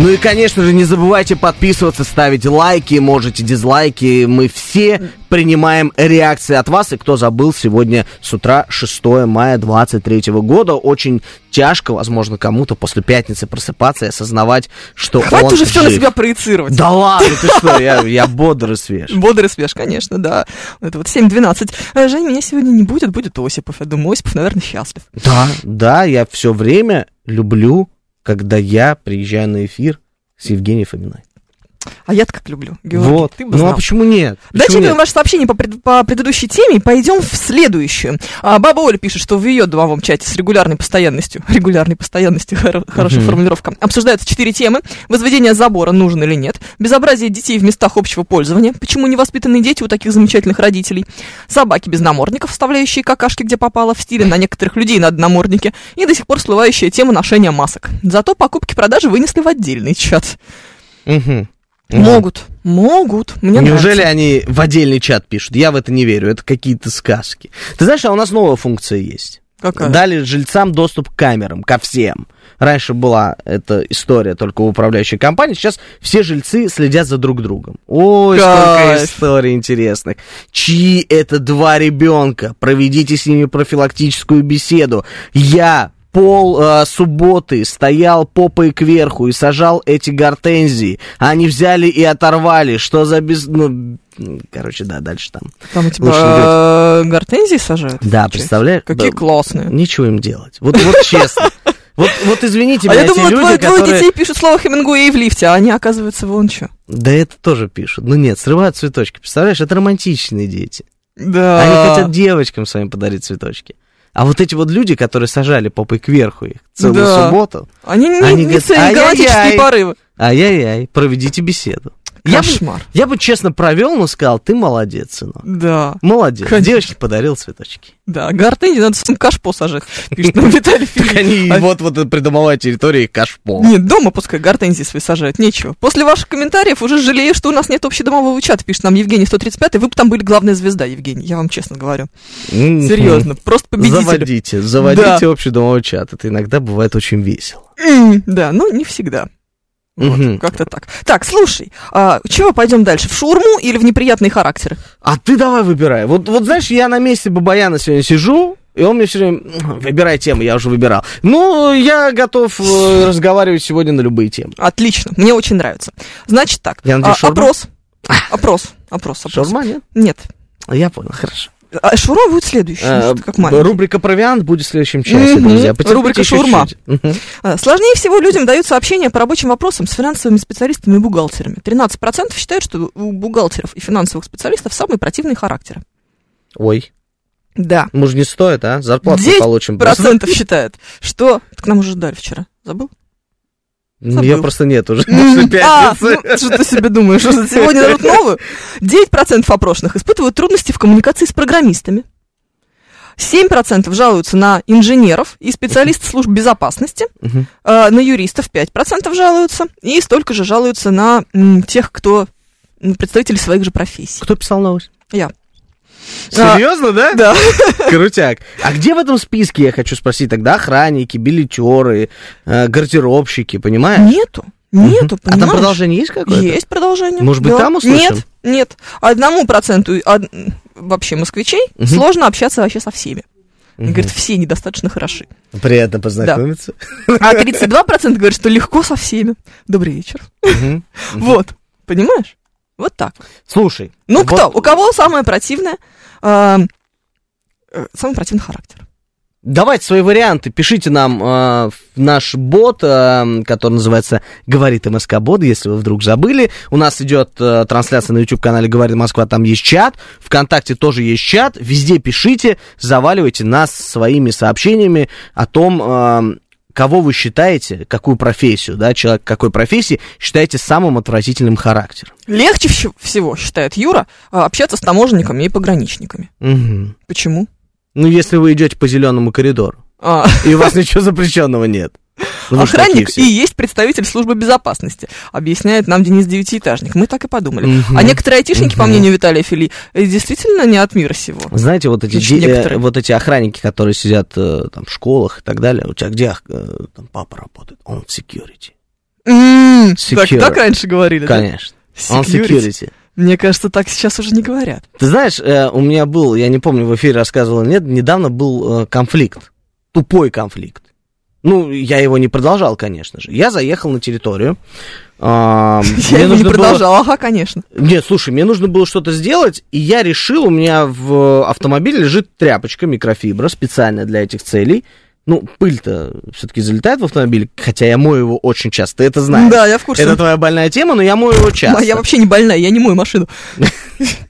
Ну и, конечно же, не забывайте подписываться, ставить лайки, можете дизлайки. Мы все принимаем реакции от вас. И кто забыл, сегодня с утра 6 мая 23 года. Очень тяжко, возможно, кому-то после пятницы просыпаться и осознавать, что Хватит он уже все на жив. себя проецировать. Да ладно, ты что, я, я бодр и свеж. Бодрый свеж, конечно, да. Это вот 7.12. Э, Жень, меня сегодня не будет, будет Осипов. Я думаю, Осипов, наверное, счастлив. Да, да, я все время люблю, когда я приезжаю на эфир с Евгением Фоминой. А я-то как люблю. Георгий, Вот. ты бы Ну а знал. почему нет? Дальше Почему нет? читаем ваше сообщение по, пред- по предыдущей теме и пойдем в следующую. А, баба Оля пишет, что в ее домовом чате с регулярной постоянностью, *laughs* регулярной постоянностью, хоро- хорошая формулировка, обсуждаются четыре темы. Возведение забора, нужен или нет. Безобразие детей в местах общего пользования. Почему невоспитанные дети у таких замечательных родителей. Собаки без намордников, вставляющие какашки, где попало, в стиле на некоторых людей надо намордники. И до сих пор всплывающая тема ношения масок. Зато покупки-продажи вынесли в отдельный чат. Мгм. Могут, могут. Мне Неужели нравится. они в отдельный чат пишут? Я в это не верю, это какие-то сказки. Ты знаешь, а у нас новая функция есть. Какая? Дали жильцам доступ к камерам, ко всем. Раньше была эта история только у управляющей компании, сейчас все жильцы следят за друг другом. Ой, сколько Кайф. историй интересных. Чьи это два ребенка? Проведите с ними профилактическую беседу. Я пол э, субботы стоял попой кверху и сажал эти гортензии. Они взяли и оторвали. Что за без... Ну, м, короче, да, дальше там. Там у тебя Лучше не э, гортензии сажают? Да, Чё? представляешь? Какие Да. классные. Нечего им делать. Вот, вот честно. Вот, вот извините а меня, я те думаю, люди, твои- твои которые... детей пишут слово Хемингуэй в лифте, а они, оказывается, вон что. Да это тоже пишут. Ну нет, срывают цветочки. Представляешь, это романтичные дети. Да. Они хотят девочкам своим подарить цветочки. А вот эти вот люди, которые сажали попой кверху их целую Да. субботу, Они не, они не говорят, ценят галактические «Ай-яй-яй». порывы. ай-яй-яй, проведите беседу. Я бы, Кошмар. я бы честно провел, но сказал, ты молодец, сынок. Да, Молодец, Конечно. девочке подарил *laughs* цветочки. да. Гортензии надо в Сан-Кашпо *laughs* сажать, пишет нам Виталий Филипп. Они А- вот-вот на придомовой территории Кашпо. Нет, дома пускай гортензии свои сажают, нечего. После ваших комментариев уже жалею, что у нас нет общедомового чата, пишет нам Евгений 135, вы бы там были главная звезда, Евгений, я вам честно говорю. Серьезно, просто победитель. М-м-м. Заводите, заводите Да. общий домовой чат. Это иногда бывает очень весело. М, Да, ну не всегда. Вот, Мгм. как-то так. Так, слушай, а, чего пойдем дальше? В шурму или в неприятные характеры? А ты давай выбирай. Вот, вот знаешь, я на месте Бабаяна сегодня сижу, и он мне все время, «М, выбирай темы, я уже выбирал. Ну, я готов э, разговаривать сегодня на любые темы. Отлично, мне очень нравится. Значит так, Я надеюсь, а, шаурма? опрос. Опрос, опрос, опрос. Шаурма, нет? Нет. Я понял, хорошо. А, шаурма будет следующий, Э, как маленький. Рубрика «Провиант» будет в следующем часе, Мгм. друзья. Потерпите Рубрика еще «Шаурма». чуть-чуть. Мгм. А, Сложнее всего людям дают сообщения по рабочим вопросам с финансовыми специалистами и бухгалтерами. 13% считают, что у бухгалтеров и финансовых специалистов самые противные характеры. Ой, Да. может не стоит, а? Зарплату 10% получим. Процентов считают, что... К нам уже дали вчера. Забыл? Ну, Ее забыл. просто нет уже после М, *laughs* А, пятницы. ну, что ты себе думаешь, что *laughs* сегодня дадут новую? 9% опрошенных испытывают трудности в коммуникации с программистами. 7% жалуются на инженеров и специалистов служб безопасности, Мгм. а, на юристов 5% жалуются, и столько же жалуются на м, тех, кто м, представители своих же профессий. Кто писал новость? Я. Серьезно, да? Да. *laughs* Крутяк. А где в этом списке, я хочу спросить, тогда охранники, билетеры, э, гардеробщики, понимаешь? Нету, нету, А там понимаешь? продолжение есть какое-то? Есть продолжение. Может быть, да. там услышим? Нет, нет. Одному проценту од- вообще москвичей Мгм. сложно общаться вообще со всеми. Они Мгм. говорят, все *laughs* недостаточно хороши. Приятно познакомиться. А 32% говорят, что легко со всеми. Добрый вечер. Мгм. Вот. Понимаешь? Вот так. Слушай. Ну, вот- кто? У кого самое противное? а, э, Самый противный характер. Давайте свои варианты. Пишите нам э, в наш бот, э, который называется «Говорит МСК Бот», если вы вдруг забыли. У нас идет э, трансляция на YouTube-канале «Говорит Москва», там есть чат. Вконтакте тоже есть чат. Везде пишите, заваливайте нас своими сообщениями о том, э, кого вы считаете, какую профессию, да, человек какой профессии считаете самым отвратительным характером. Легче вщ- всего, считает Юра, а, общаться с таможенниками и пограничниками. Мгм. Почему? Ну, если вы идете по зеленому коридору. А, И *laughs* у вас ничего запрещенного нет. Ну, вы ж такие Охранник все. и есть представитель службы безопасности, объясняет нам Денис Девятиэтажник. Мы так и подумали. Мгм. А некоторые айтишники, по мнению Виталия Фили, э, действительно не от мира сего. Знаете, вот эти, Значит, де- э, некоторые. вот эти охранники, которые сидят э, там, в школах и так далее, у тебя где ах- э, там папа работает? Он в security. М, М-м-м, Так Secure. так раньше говорили, да? Конечно. Он в Security. security. Мне кажется, так сейчас уже не говорят. Ты знаешь, э, у меня был, я не помню, в эфире рассказывал, или нет, недавно был э, конфликт, тупой конфликт. Ну, я его не продолжал, конечно же. Я заехал на территорию. а, *laughs* Я мне его не нужно было- продолжал. Ага, конечно. Нет, слушай, мне нужно было что-то сделать, и я решил, у меня в автомобиле лежит тряпочка микрофибра специально для этих целей. Ну, пыль-то все-таки залетает в автомобиль, хотя я мою его очень часто, ты это знаешь. Да, я в курсе. Это твоя больная тема, но я мою его часто. А я вообще не больная, я не мою машину. Ну,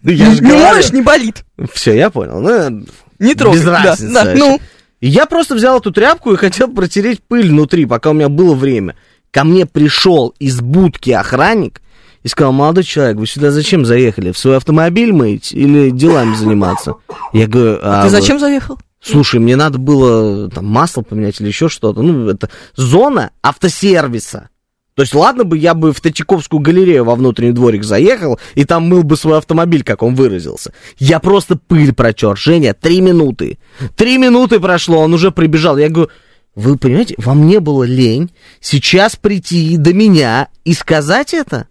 я Не же говорю. можешь, не болит. Все, я понял. Ну, Не Без трогай. Да, разницы да, вообще. Ну, И Я просто взял эту тряпку и хотел протереть пыль внутри, пока у меня было время. Ко мне пришел из будки охранник и сказал, молодой человек, вы сюда зачем заехали? В свой автомобиль мыть или делами заниматься? Я говорю, а ты вы- зачем заехал? Слушай, мне надо было там масло поменять или еще что-то. Ну, это зона автосервиса. То есть, ладно бы я бы в Третьяковскую галерею во внутренний дворик заехал, и там мыл бы свой автомобиль, как он выразился. Я просто пыль протер. Женя, три минуты. Три минуты прошло, он уже прибежал. Я говорю, вы понимаете, вам не было лень сейчас прийти до меня и сказать это?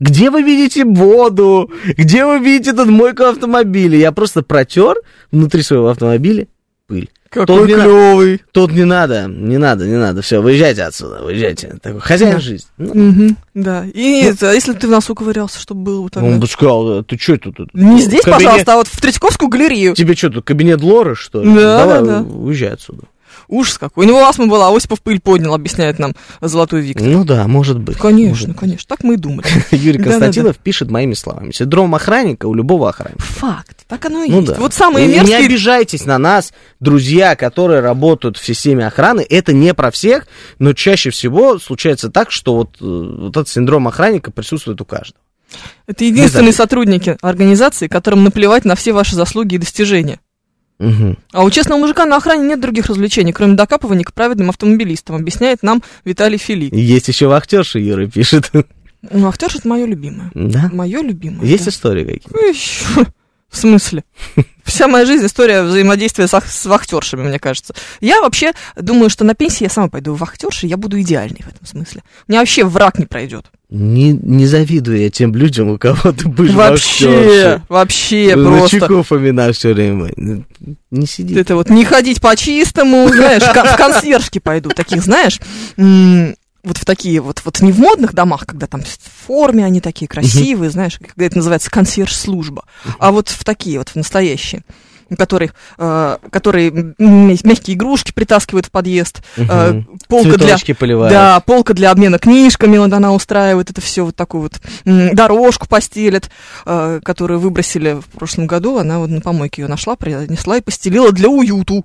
Где вы видите воду? Где вы видите этот мойку автомобиля? Я просто протер внутри своего автомобиля пыль. Какой не на- клевый. Тут не надо, не надо, не надо. Все, выезжайте отсюда, выезжайте. Такой хозяин жизни. Ну, Мгм, Да. И это, а если бы ты в нас уковырялся, чтобы было вот так. он да. бы сказал, «Э, ты что тут? тут? Не здесь, Кабинет- пожалуйста, а вот в Третьяковскую галерею. Тебе что тут, кабинет Лоры, что ли? Да, Давай, да, да. уезжай отсюда. Ужас какой. У него астма была, а Осипов пыль поднял, объясняет нам Золотой Виктор. Ну да, может быть. Конечно, конечно. Так мы и думали. Может. *laughs* Юрий Да-да-да. Константинов пишет моими словами. Синдром охранника у любого охранника. Факт. Так оно и Ну есть. да. Вот самые И Не мерзкие... обижайтесь на нас, друзья, которые работают в системе охраны. Это не про всех, но чаще всего случается так, что вот, э, вот этот синдром охранника присутствует у каждого. Это единственные сотрудники организации, которым наплевать на все ваши заслуги и достижения. А у честного мужика на охране нет других развлечений, кроме докапывания к праведным автомобилистам, объясняет нам Виталий Фили. Есть еще вахтерша, Юра пишет. Ну, актерша это мое любимое. Да? Мое любимое. Есть Ну, да. истории какие-то? Ну, ещё. *laughs* В смысле? Вся моя жизнь история взаимодействия с, ах- с вахтершами, мне кажется. Я вообще думаю, что на пенсии я сама пойду в вахтерши, я буду идеальной в этом смысле. У меня вообще враг не пройдет. Не, не завидую я тем людям, у кого ты будешь Вообще, вообще просто. все время. Ну, Не сиди. Это вот не ходить по *laughs* чистому, знаешь, ко- в консьержки пойду, таких, знаешь, м, вот в такие вот, вот не в модных домах, когда там в форме они такие красивые, знаешь, когда это называется консьерж-служба, а вот в такие вот, в настоящие у которых, э, которые м, мяг- мягкие игрушки притаскивают в подъезд, э, Мгм. полка для, Цветочки поливают. да, полка для обмена книжками, вот она устраивает это все вот такую вот м, дорожку постелит, э, которую выбросили в прошлом году, она вот на помойке ее нашла, принесла и постелила для уюту.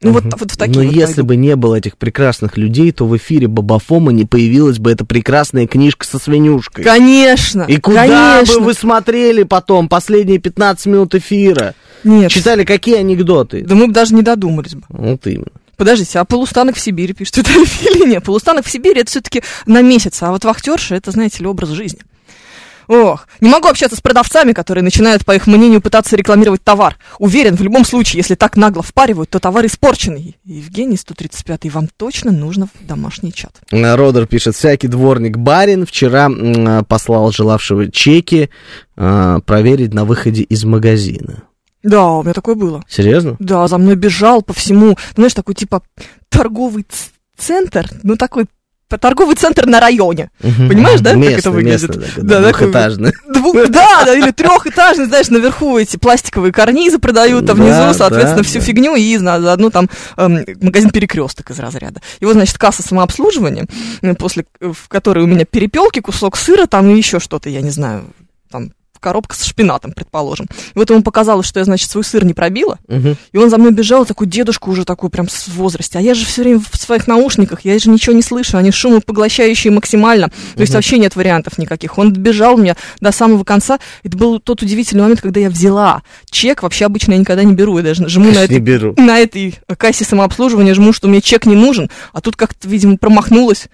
Ну вот, Мгм. вот в такие Но вот если пойду. бы не было этих прекрасных людей, то в эфире Бабафома не появилась бы эта прекрасная книжка со свинюшкой. Конечно. И куда конечно. бы вы смотрели потом последние 15 минут эфира? Нет. Читали какие анекдоты? Да мы бы даже не додумались бы. Вот именно. Подождите, а полустанок в Сибири пишет *laughs* Виталий Филин? Нет, полустанок в Сибири это все-таки на месяц, а вот вахтерша это, знаете ли, образ жизни. Ох, не могу общаться с продавцами, которые начинают, по их мнению, пытаться рекламировать товар. Уверен, в любом случае, если так нагло впаривают, то товар испорченный. Евгений 135, вам точно нужно в домашний чат. Э, Родер пишет, всякий дворник барин вчера м, э, послал желавшего чеки э, проверить на выходе из магазина. Да, у меня такое было. Серьезно? Да, за мной бежал по всему, знаешь, такой типа торговый ц- центр, ну такой п- торговый центр на районе. Понимаешь, да, как Местный, это выглядит? местный такой, Да, да, такой двухэтажный. Дву- Да, да, или трехэтажный, знаешь, наверху эти пластиковые карнизы продают, а внизу, Да, соответственно, да, всю да. фигню и зна- заодно там эм, магазин перекресток из разряда. Его, значит, касса самообслуживания, э, м, после к- в которой у меня перепелки, кусок сыра там и еще что-то, я не знаю, там коробка с шпинатом, предположим. И вот ему показалось, что я, значит, свой сыр не пробила, *laughs* Мгм. и он за мной бежал, такой дедушка уже такой прям с возрасте. А я же все время в своих наушниках, я же ничего не слышу, они шумопоглощающие максимально. То есть вообще нет вариантов никаких. Он бежал у меня до самого конца. Это был тот удивительный момент, когда я взяла чек. Вообще обычно я никогда не беру, я даже нажму на Конечно, не это беру. на этой кассе самообслуживания жму, что мне чек не нужен, а тут как-то, видимо, промахнулась.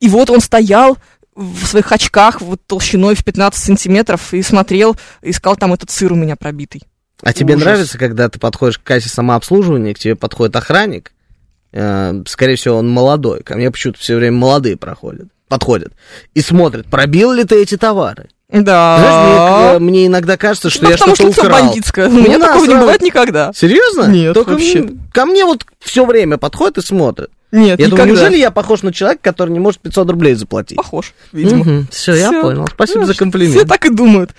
И вот он стоял в своих очках, вот толщиной в 15 сантиметров, и смотрел, искал там этот сыр у меня пробитый. А тебе Ужас. нравится, когда ты подходишь к кассе самообслуживания, к тебе подходит охранник, э, скорее всего, он молодой, ко мне почему-то все время молодые проходят, подходят, и смотрят, пробил ли ты эти товары. Да. Знаешь, мне, э, мне иногда кажется, что А. Ну, я потому что-то что лицо украл. бандитское. У Ну, меня да, такого не сразу. бывает никогда. Серьезно? Нет, Только вообще. м- ко мне вот все время подходят и смотрят. Нет, я никогда. думаю, неужели я похож на человека, который не может 500 рублей заплатить? Похож, видимо. Все, я Всё. понял. Спасибо Ну, за Все комплимент. так и думают.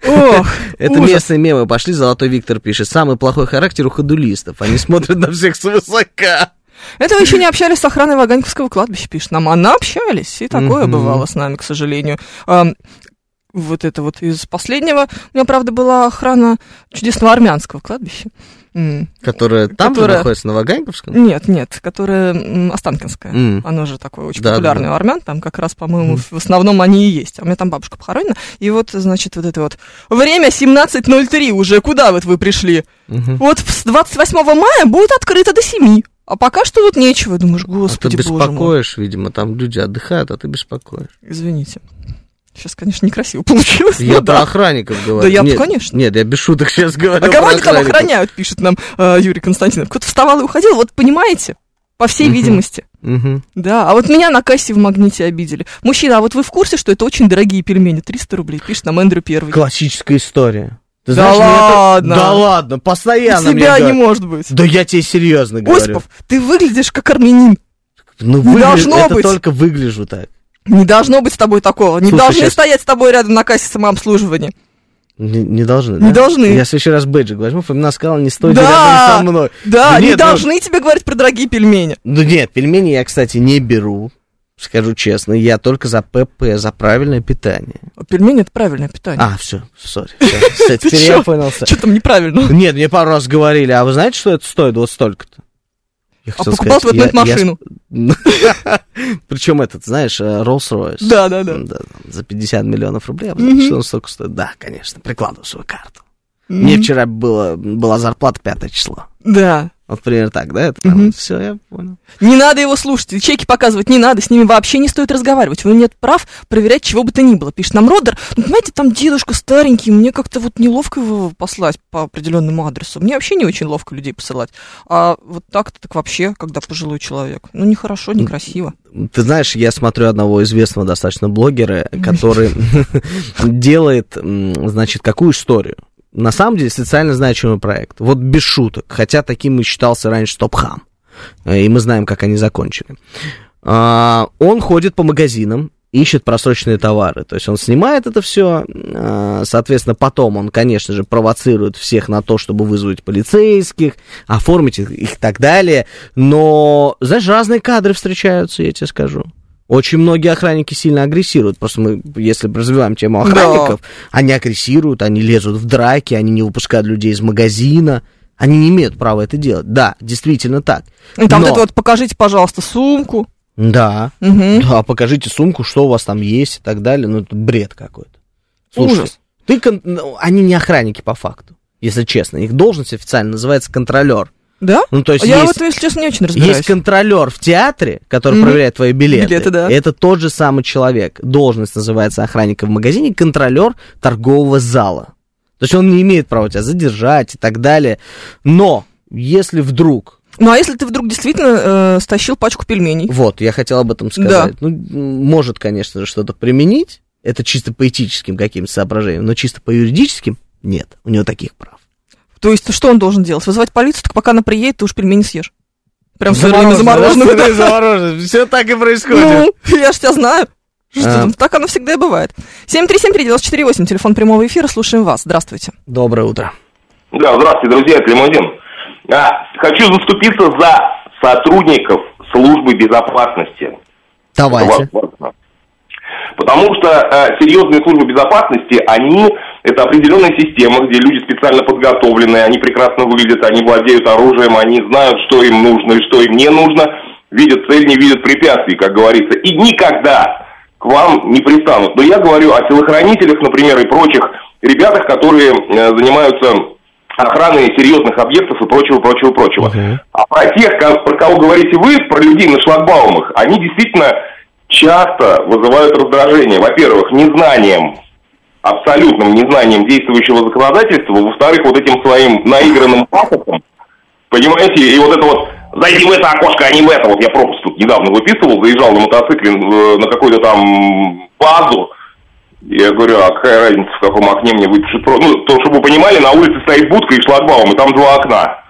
*laughs* Ох, Это ужас. местные мемы пошли, Золотой Виктор пишет. Самый плохой характер у ходулистов. Они смотрят на всех свысока. Это вы еще не общались с охраной Ваганьковского кладбища, пишет нам. Она общались, и такое Мгм. бывало с нами, к сожалению. Ам, Вот это вот из последнего. У меня, правда, была охрана чудесного армянского кладбища. М, Которая там же Которая- находится, на Ваганьковском? Нет, нет, которая м, Останкинская. М. Оно же такое очень Да, да, популярное да. у армян. Там как раз, по-моему, в основном они и есть. А у меня там бабушка похоронена. И вот, значит, вот это вот. Время 17.03 уже. Куда вот вы пришли? Мгм. А Вот с 28 мая будет открыто до 7. А пока что тут нечего. Думаешь, А Ты господи, боже мой. беспокоишь, видимо, там люди отдыхают, а ты беспокоишь. Извините. Сейчас, конечно, некрасиво получилось. Я но про Ну да. охранников говорю. Да я- Нет, конечно. Нет, я без шуток сейчас говорю. А про кого они там охранников. охраняют, пишет нам э, Юрий Константинов. Кто-то вставал и уходил, вот понимаете, по всей Мгм. видимости. Мгм. Да, а вот меня на кассе в магните обидели. Мужчина, а вот вы в курсе, что это очень дорогие пельмени? 300 рублей, пишет нам Эндрю Первый. Классическая история. Ты Да знаешь, мне это- ладно? Да ладно, постоянно мне Тебя не говорят. может быть. Да я тебе серьезно говорю. Осипов, ты выглядишь как армянин. Ну, Не выгля- должно это быть. только выгляжу так. Не должно быть с тобой такого. Не Слушай, должны щас- стоять с тобой рядом на кассе самообслуживания. Не, не должны, Не да? должны. Я в следующий раз бэджик возьму, Фомина сказала, не стойте Да. рядом со мной. Да, Да не нет, ну- должны тебе говорить про дорогие пельмени. Ну нет, пельмени я, кстати, не беру. Скажу честно, я только за ПП, за правильное питание. А Пельмени это правильное питание. А, все, сори. всё, *laughs* Ты Теперь я чё? понял. всё. Что там неправильно? Нет, мне пару раз говорили, а вы знаете, что это стоит? Вот столько-то. Я А хотел покупал ты в сказать, этот момент я- я машину. *laughs* Причем этот, знаешь, э, Rolls-Royce. Да, да, да. там, за 50 миллионов рублей. А вы Мгм. знаете, что он столько стоит? Да, конечно, прикладываю свою карту. Мне М, вчера было, была зарплата 5 число. Да. Вот примерно так, да? Это Мгм. все, я понял. Не надо его слушать, и чеки показывать не надо, с ними вообще не стоит разговаривать. У него нет прав проверять чего бы то ни было. Пишет нам Родер, ну, понимаете, там дедушка старенький, мне как-то вот неловко его послать по определенному адресу. Мне вообще не очень ловко людей посылать. А вот так-то так вообще, когда пожилой человек. Ну, нехорошо, некрасиво. Ты знаешь, я смотрю одного известного достаточно блогера, который *laughs* делает, м, значит, какую историю. На самом деле, социально значимый проект. Вот без шуток. Хотя таким и считался раньше Топ-Хам. Э, И мы знаем, как они закончили. А, Он ходит по магазинам, ищет просроченные товары. То есть он снимает это все. Соответственно, потом он, конечно же, провоцирует всех на то, чтобы вызвать полицейских, оформить их и так далее. Но, знаешь, разные кадры встречаются, я тебе скажу. Очень многие охранники сильно агрессируют. Просто мы, если развиваем тему Да. охранников, они агрессируют, они лезут в драки, они не выпускают людей из магазина. Они не имеют права это делать. Да, действительно так. И Ну, там Но- вот это вот, покажите, пожалуйста, сумку. Да. Мгм. Да, покажите сумку, что у вас там есть и так далее. Ну, это бред какой-то. Слушай, Ужас. ты кон- ну, они не охранники по факту, если честно. Их должность официально называется контролер. Да? Ну, то есть, Я есть, вот, если честно, не очень разбираюсь. есть контролер в театре, который Мгм. проверяет твои билеты. Билеты, да. Это тот же самый человек. Должность называется охранника в магазине, контролер торгового зала. То есть он не имеет права тебя задержать и так далее. Но если вдруг Ну, а если ты вдруг действительно э, стащил пачку пельменей? Вот, я хотел об этом сказать. Ну, м, может, конечно же, что-то применить. Это чисто по этическим каким-то соображениям, но чисто по юридическим нет, у него таких прав. То есть, что он должен делать? Вызывать полицию, так пока она приедет, ты уж пельмени съешь. Прям все *laughs* время замороженного. да. Замороженного. Все так и происходит. Ну, я ж тебя знаю. Что А. там, так оно всегда и бывает. 7373948, телефон прямого эфира, слушаем вас. Здравствуйте. Доброе утро. Да, здравствуйте, друзья, это Лимузин. А, хочу заступиться за сотрудников службы безопасности. Давайте. Важно. Потому что э, серьезные службы безопасности, они Это определенная система, где люди специально подготовленные, они прекрасно выглядят, они владеют оружием, они знают, что им нужно и что им не нужно, видят цель, не видят препятствий, как говорится, и никогда к вам не пристанут. Но я говорю о телохранителях, например, и прочих ребятах, которые э, занимаются охраны серьезных объектов и прочего, прочего, прочего. Мгм. А про тех, ко- про кого говорите вы, про людей на шлагбаумах, они действительно часто вызывают раздражение. Во-первых, незнанием, абсолютным незнанием действующего законодательства, во-вторых, вот этим своим наигранным пафосом, понимаете, и вот это вот «зайди в это окошко, а не в это». Вот я пропуск тут недавно выписывал, заезжал на мотоцикле э, на какую-то там базу, я говорю, а какая разница, в каком окне мне выпишут про... Ну, то, чтобы вы понимали, на улице стоит будка и шлагбаум, и там два окна.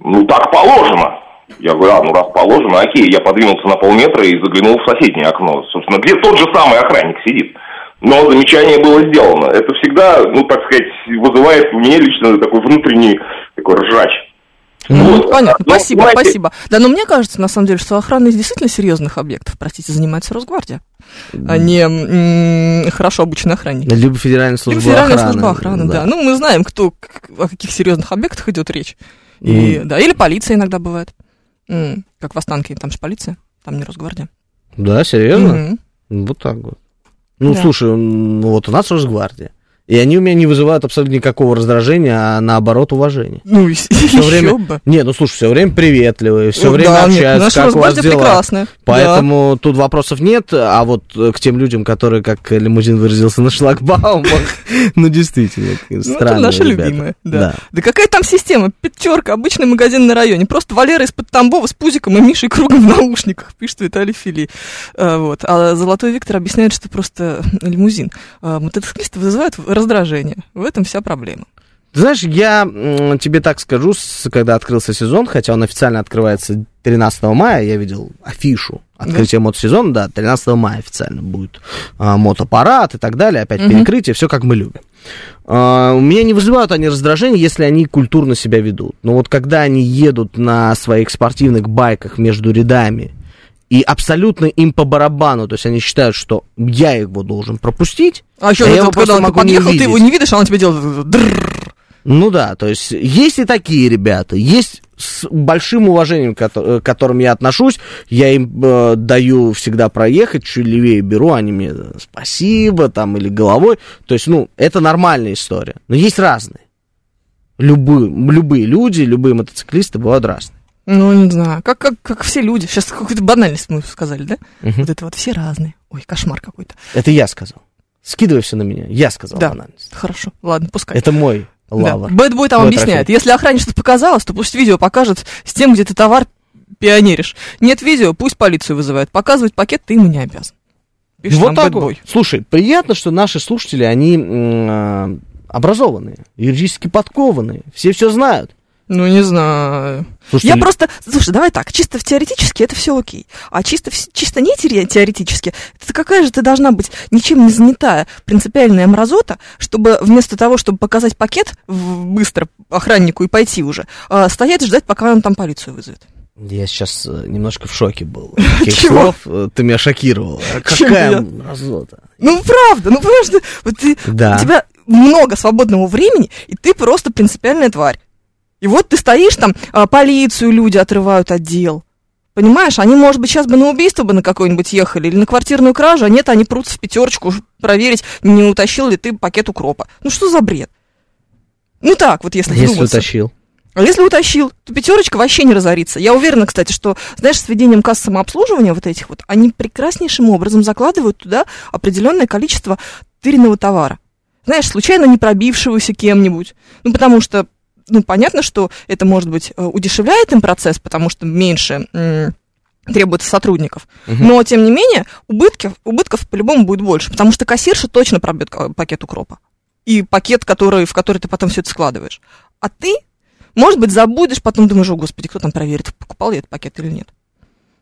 Ну, так положено. Я говорю, а, ну раз положено, окей. Я подвинулся на полметра и заглянул в соседнее окно. Собственно, где тот же самый охранник сидит. Но замечание было сделано. Это всегда, ну, так сказать, вызывает у меня лично такой внутренний такой ржач. Ну, Вот. понятно, Но, спасибо, понимаете, спасибо. Да, но мне кажется, на самом деле, что охрана из действительно серьезных объектов, простите, занимается Росгвардия, а не м, хорошо обученные охранники. Либо Федеральная служба Либо Федеральная охраны. служба охраны, да. Ну, мы знаем, кто, к- о каких серьезных объектах идет речь. И, Мгм. да, или полиция иногда бывает. М, Как в Останке, там же полиция, там не Росгвардия. Да, серьезно? Мгм. Вот так вот. Ну, Да. слушай, м, вот у нас Росгвардия. И они у меня не вызывают абсолютно никакого раздражения, а наоборот уважения. Ну, и с- *laughs* еще время- бы. Не, ну слушай, все время приветливые, все Ну, время да, нет, общаются, наша как у вас Росгвардия дела. прекрасная. Да. Поэтому тут вопросов нет, а вот э, к тем людям, которые, как э, лимузин выразился, на шлагбаумах, *laughs* ну действительно, Ну, странные это наши ребята. любимые, да. да. какая там система? Пятерка, обычный магазин на районе. Просто Валера из-под Тамбова с пузиком и Мишей Кругом в наушниках, пишет Виталий Фили. А, вот. а Золотой Виктор объясняет, что просто лимузин. А, мотоциклисты вызывают раздражение. В этом вся проблема. Ты знаешь, я м, тебе так скажу, с- когда открылся сезон, хотя он официально открывается 13 мая, я видел афишу открытия мотосезона, да, 13 мая официально будет а, мотопарад и так далее, опять Мгм. перекрытие, все как мы любим. А, у меня не вызывают они раздражения, если они культурно себя ведут. Но вот когда они едут на своих спортивных байках между рядами и абсолютно им по барабану, то есть они считают, что я его должен пропустить, А еще А я вот его это, просто когда он могу не подъехал, ты его видеть. не видишь, а он тебе делает «дрррр». Ну да, то есть есть и такие ребята, есть с большим уважением, кото- э, к которым я отношусь, я им э, даю всегда проехать, чуть левее беру, они мне э, спасибо там или головой, то есть, ну, это нормальная история, но есть разные. Любые, любые люди, любые мотоциклисты бывают разные. Ну, не знаю, как, как, как все люди. Сейчас какую-то банальность мы сказали, да? Мгм. Вот это вот все разные. Ой, кошмар какой-то. Это я сказал. Скидывай все на меня, я сказал Да. банальность. Хорошо, ладно, пускай. Это мой Да, лавр. Бэтбой там Твой объясняет. Если охране что-то показалось, то пусть видео покажет с тем, где ты товар пионеришь. Нет видео, пусть полицию вызывают. Показывать пакет ты ему не обязан. Пишет вот нам так Bad вот. Boy. Слушай, приятно, что наши слушатели, они м, э, образованные, юридически подкованные, все все знают. Ну, не знаю. Слушай, Я просто... Слушай, давай так. Чисто в теоретически это все окей. А чисто, в- чисто не теоре- теоретически, это какая же ты должна быть ничем не занятая принципиальная мразота, чтобы вместо того, чтобы показать пакет в- быстро охраннику и пойти уже, а, стоять и ждать, пока он там полицию вызовет. я сейчас э, немножко в шоке был. *laughs* Таких Чего? слов, э, ты меня шокировала. Чем Какая я? мразота. Ну, правда, ну, понимаешь, ты- вот ты, Да. у тебя много свободного времени, и ты просто принципиальная тварь. И вот ты стоишь там, а, полицию люди отрывают от дел. Понимаешь, они, может быть, сейчас бы на убийство бы на какое-нибудь ехали или на квартирную кражу, а нет, они прутся в пятерочку уж проверить, не утащил ли ты пакет укропа. Ну что за бред? Ну так, вот если, Если вдуматься. утащил. А если утащил, то пятерочка вообще не разорится. Я уверена, кстати, что, знаешь, с введением касс самообслуживания вот этих вот, они прекраснейшим образом закладывают туда определенное количество тыренного товара. Знаешь, случайно не пробившегося кем-нибудь. Ну, потому что, ну, понятно, что это, может быть, э, удешевляет им процесс, потому что меньше м, требуется сотрудников. Мгм. Но, тем не менее, убытки, убытков по-любому будет больше, потому что кассирша точно пробьет э, пакет укропа. И пакет, который, в который ты потом все это складываешь. А ты может быть, забудешь, потом думаешь, о, господи, кто там проверит, покупал я этот пакет или нет.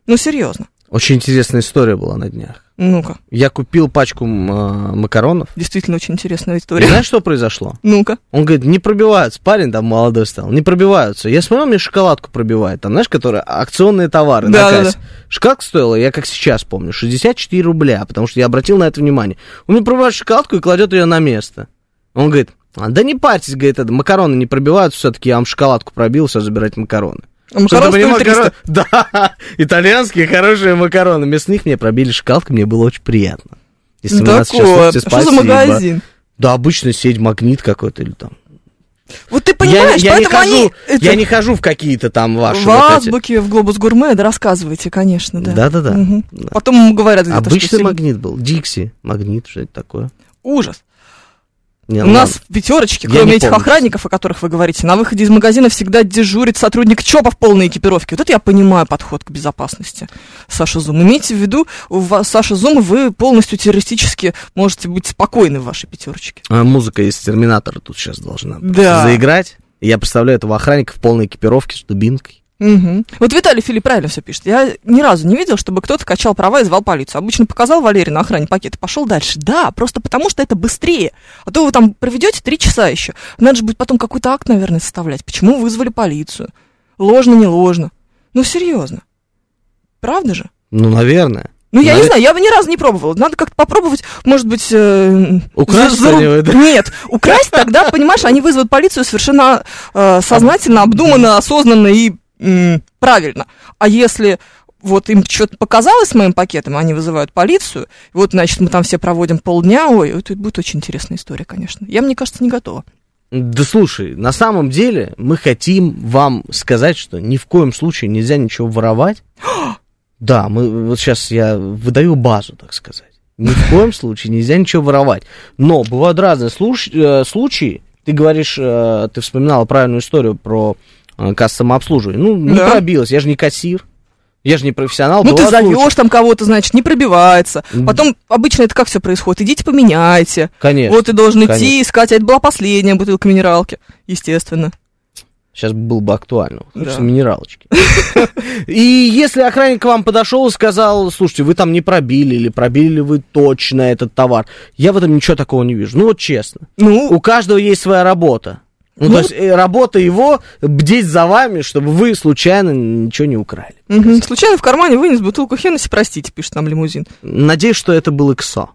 Ну, серьезно. Очень интересная история была на днях. Ну-ка, Я купил пачку м, э, макаронов. действительно очень интересная И история. знаешь, что произошло? Ну-ка. Он говорит, не пробиваются. Парень там молодой стал, не пробиваются. Я смотрел, мне шоколадку пробивает. Там, знаешь, которые акционные товары на Да, да, кассе. Шоколадка стоила, я как сейчас помню, 64 рубля, потому что я обратил на это внимание. Он мне пробивает шоколадку и кладет ее на место. Он говорит, «А, да не парьтесь, говорит, это, макароны не пробиваются все-таки, я вам шоколадку пробил, все, забирать макароны. А макарон Чтобы не стоил макарон- 300. *laughs* Да, итальянские хорошие макароны. Мясных мне пробили шоколадку, мне было очень приятно. Если вы нас Так сейчас вот, слушаете, Ну А что за спасибо. магазин? Да, обычно сеть магнит какой-то или там. Вот ты Я- понимаешь, я, не поэтому хожу, они... я это- не хожу в какие-то там ваши. В вот эти. азбуке, в глобус гурме, да рассказывайте, конечно, да. Да-да-да. Мгм. Да. Потом ему говорят где-то, что Обычный сильно- магнит был. Дикси, магнит, что это такое. Ужас. Не, ну, У ладно. нас в пятерочке, Я кроме не этих помню, охранников, о которых вы говорите, на выходе из магазина всегда дежурит сотрудник ЧОПа в полной экипировке. Вот это я понимаю подход к безопасности. Саша Зум, имейте в виду, у вас, Саша Зум, вы полностью террористически можете быть спокойны в вашей пятерочке. А музыка из Терминатора тут сейчас должна просто Да. заиграть. И Я представляю этого охранника в полной экипировке с дубинкой. Мгм. Вот Виталий Филипп правильно все пишет. Я ни разу не видел, чтобы кто-то качал права и звал полицию. Обычно показал Валерий на охране пакет и пошел дальше. Да, просто потому что это быстрее. А то вы там проведете три часа еще. Надо же будет потом какой-то акт, наверное, составлять. Почему вызвали полицию? Ложно, не ложно. Ну, серьезно. Правда же? Ну, наверное. Ну, я не Навер- знаю, я бы ни разу не пробовала. Надо как-то попробовать, может быть... э, Украсть за- за ру- что-нибудь, да? Нет, украсть тогда, понимаешь, они вызовут полицию совершенно э, сознательно, обдуманно, осознанно и м, правильно. А если вот им что-то показалось с моим пакетом, они вызывают полицию, вот, значит, мы там все проводим полдня, ой, это будет очень интересная история, конечно. Я, мне кажется, не готова. Да слушай, на самом деле мы хотим вам сказать, что ни в коем случае нельзя ничего *gasps* воровать. Да, мы вот сейчас я выдаю базу, так сказать. Ни в коем случае нельзя ничего воровать. Но бывают разные слуш- э, случаи. Ты говоришь, э, ты вспоминала правильную историю про э, кассу самообслуживания. Ну, не Да. пробилась, я же не кассир, я же не профессионал. Ну, ты Бывают случаи. зовешь там кого-то, значит, не пробивается. М. Потом обычно это как все происходит? Идите поменяйте. Конечно. Вот ты должен идти конечно. искать. А это была последняя бутылка минералки, естественно. Сейчас было бы актуально. Хочется Да. минералочки. *laughs* И если охранник к вам подошел и сказал, слушайте, вы там не пробили или пробили вы точно этот товар, я в этом ничего такого не вижу. Ну вот честно. Ну, У каждого есть своя работа. Ну, Ну, то есть э, работа его бдеть за вами, чтобы вы случайно ничего не украли. мгм, случайно в кармане вынес бутылку Хеннесси, простите, пишет нам лимузин. Надеюсь, что это был иксо.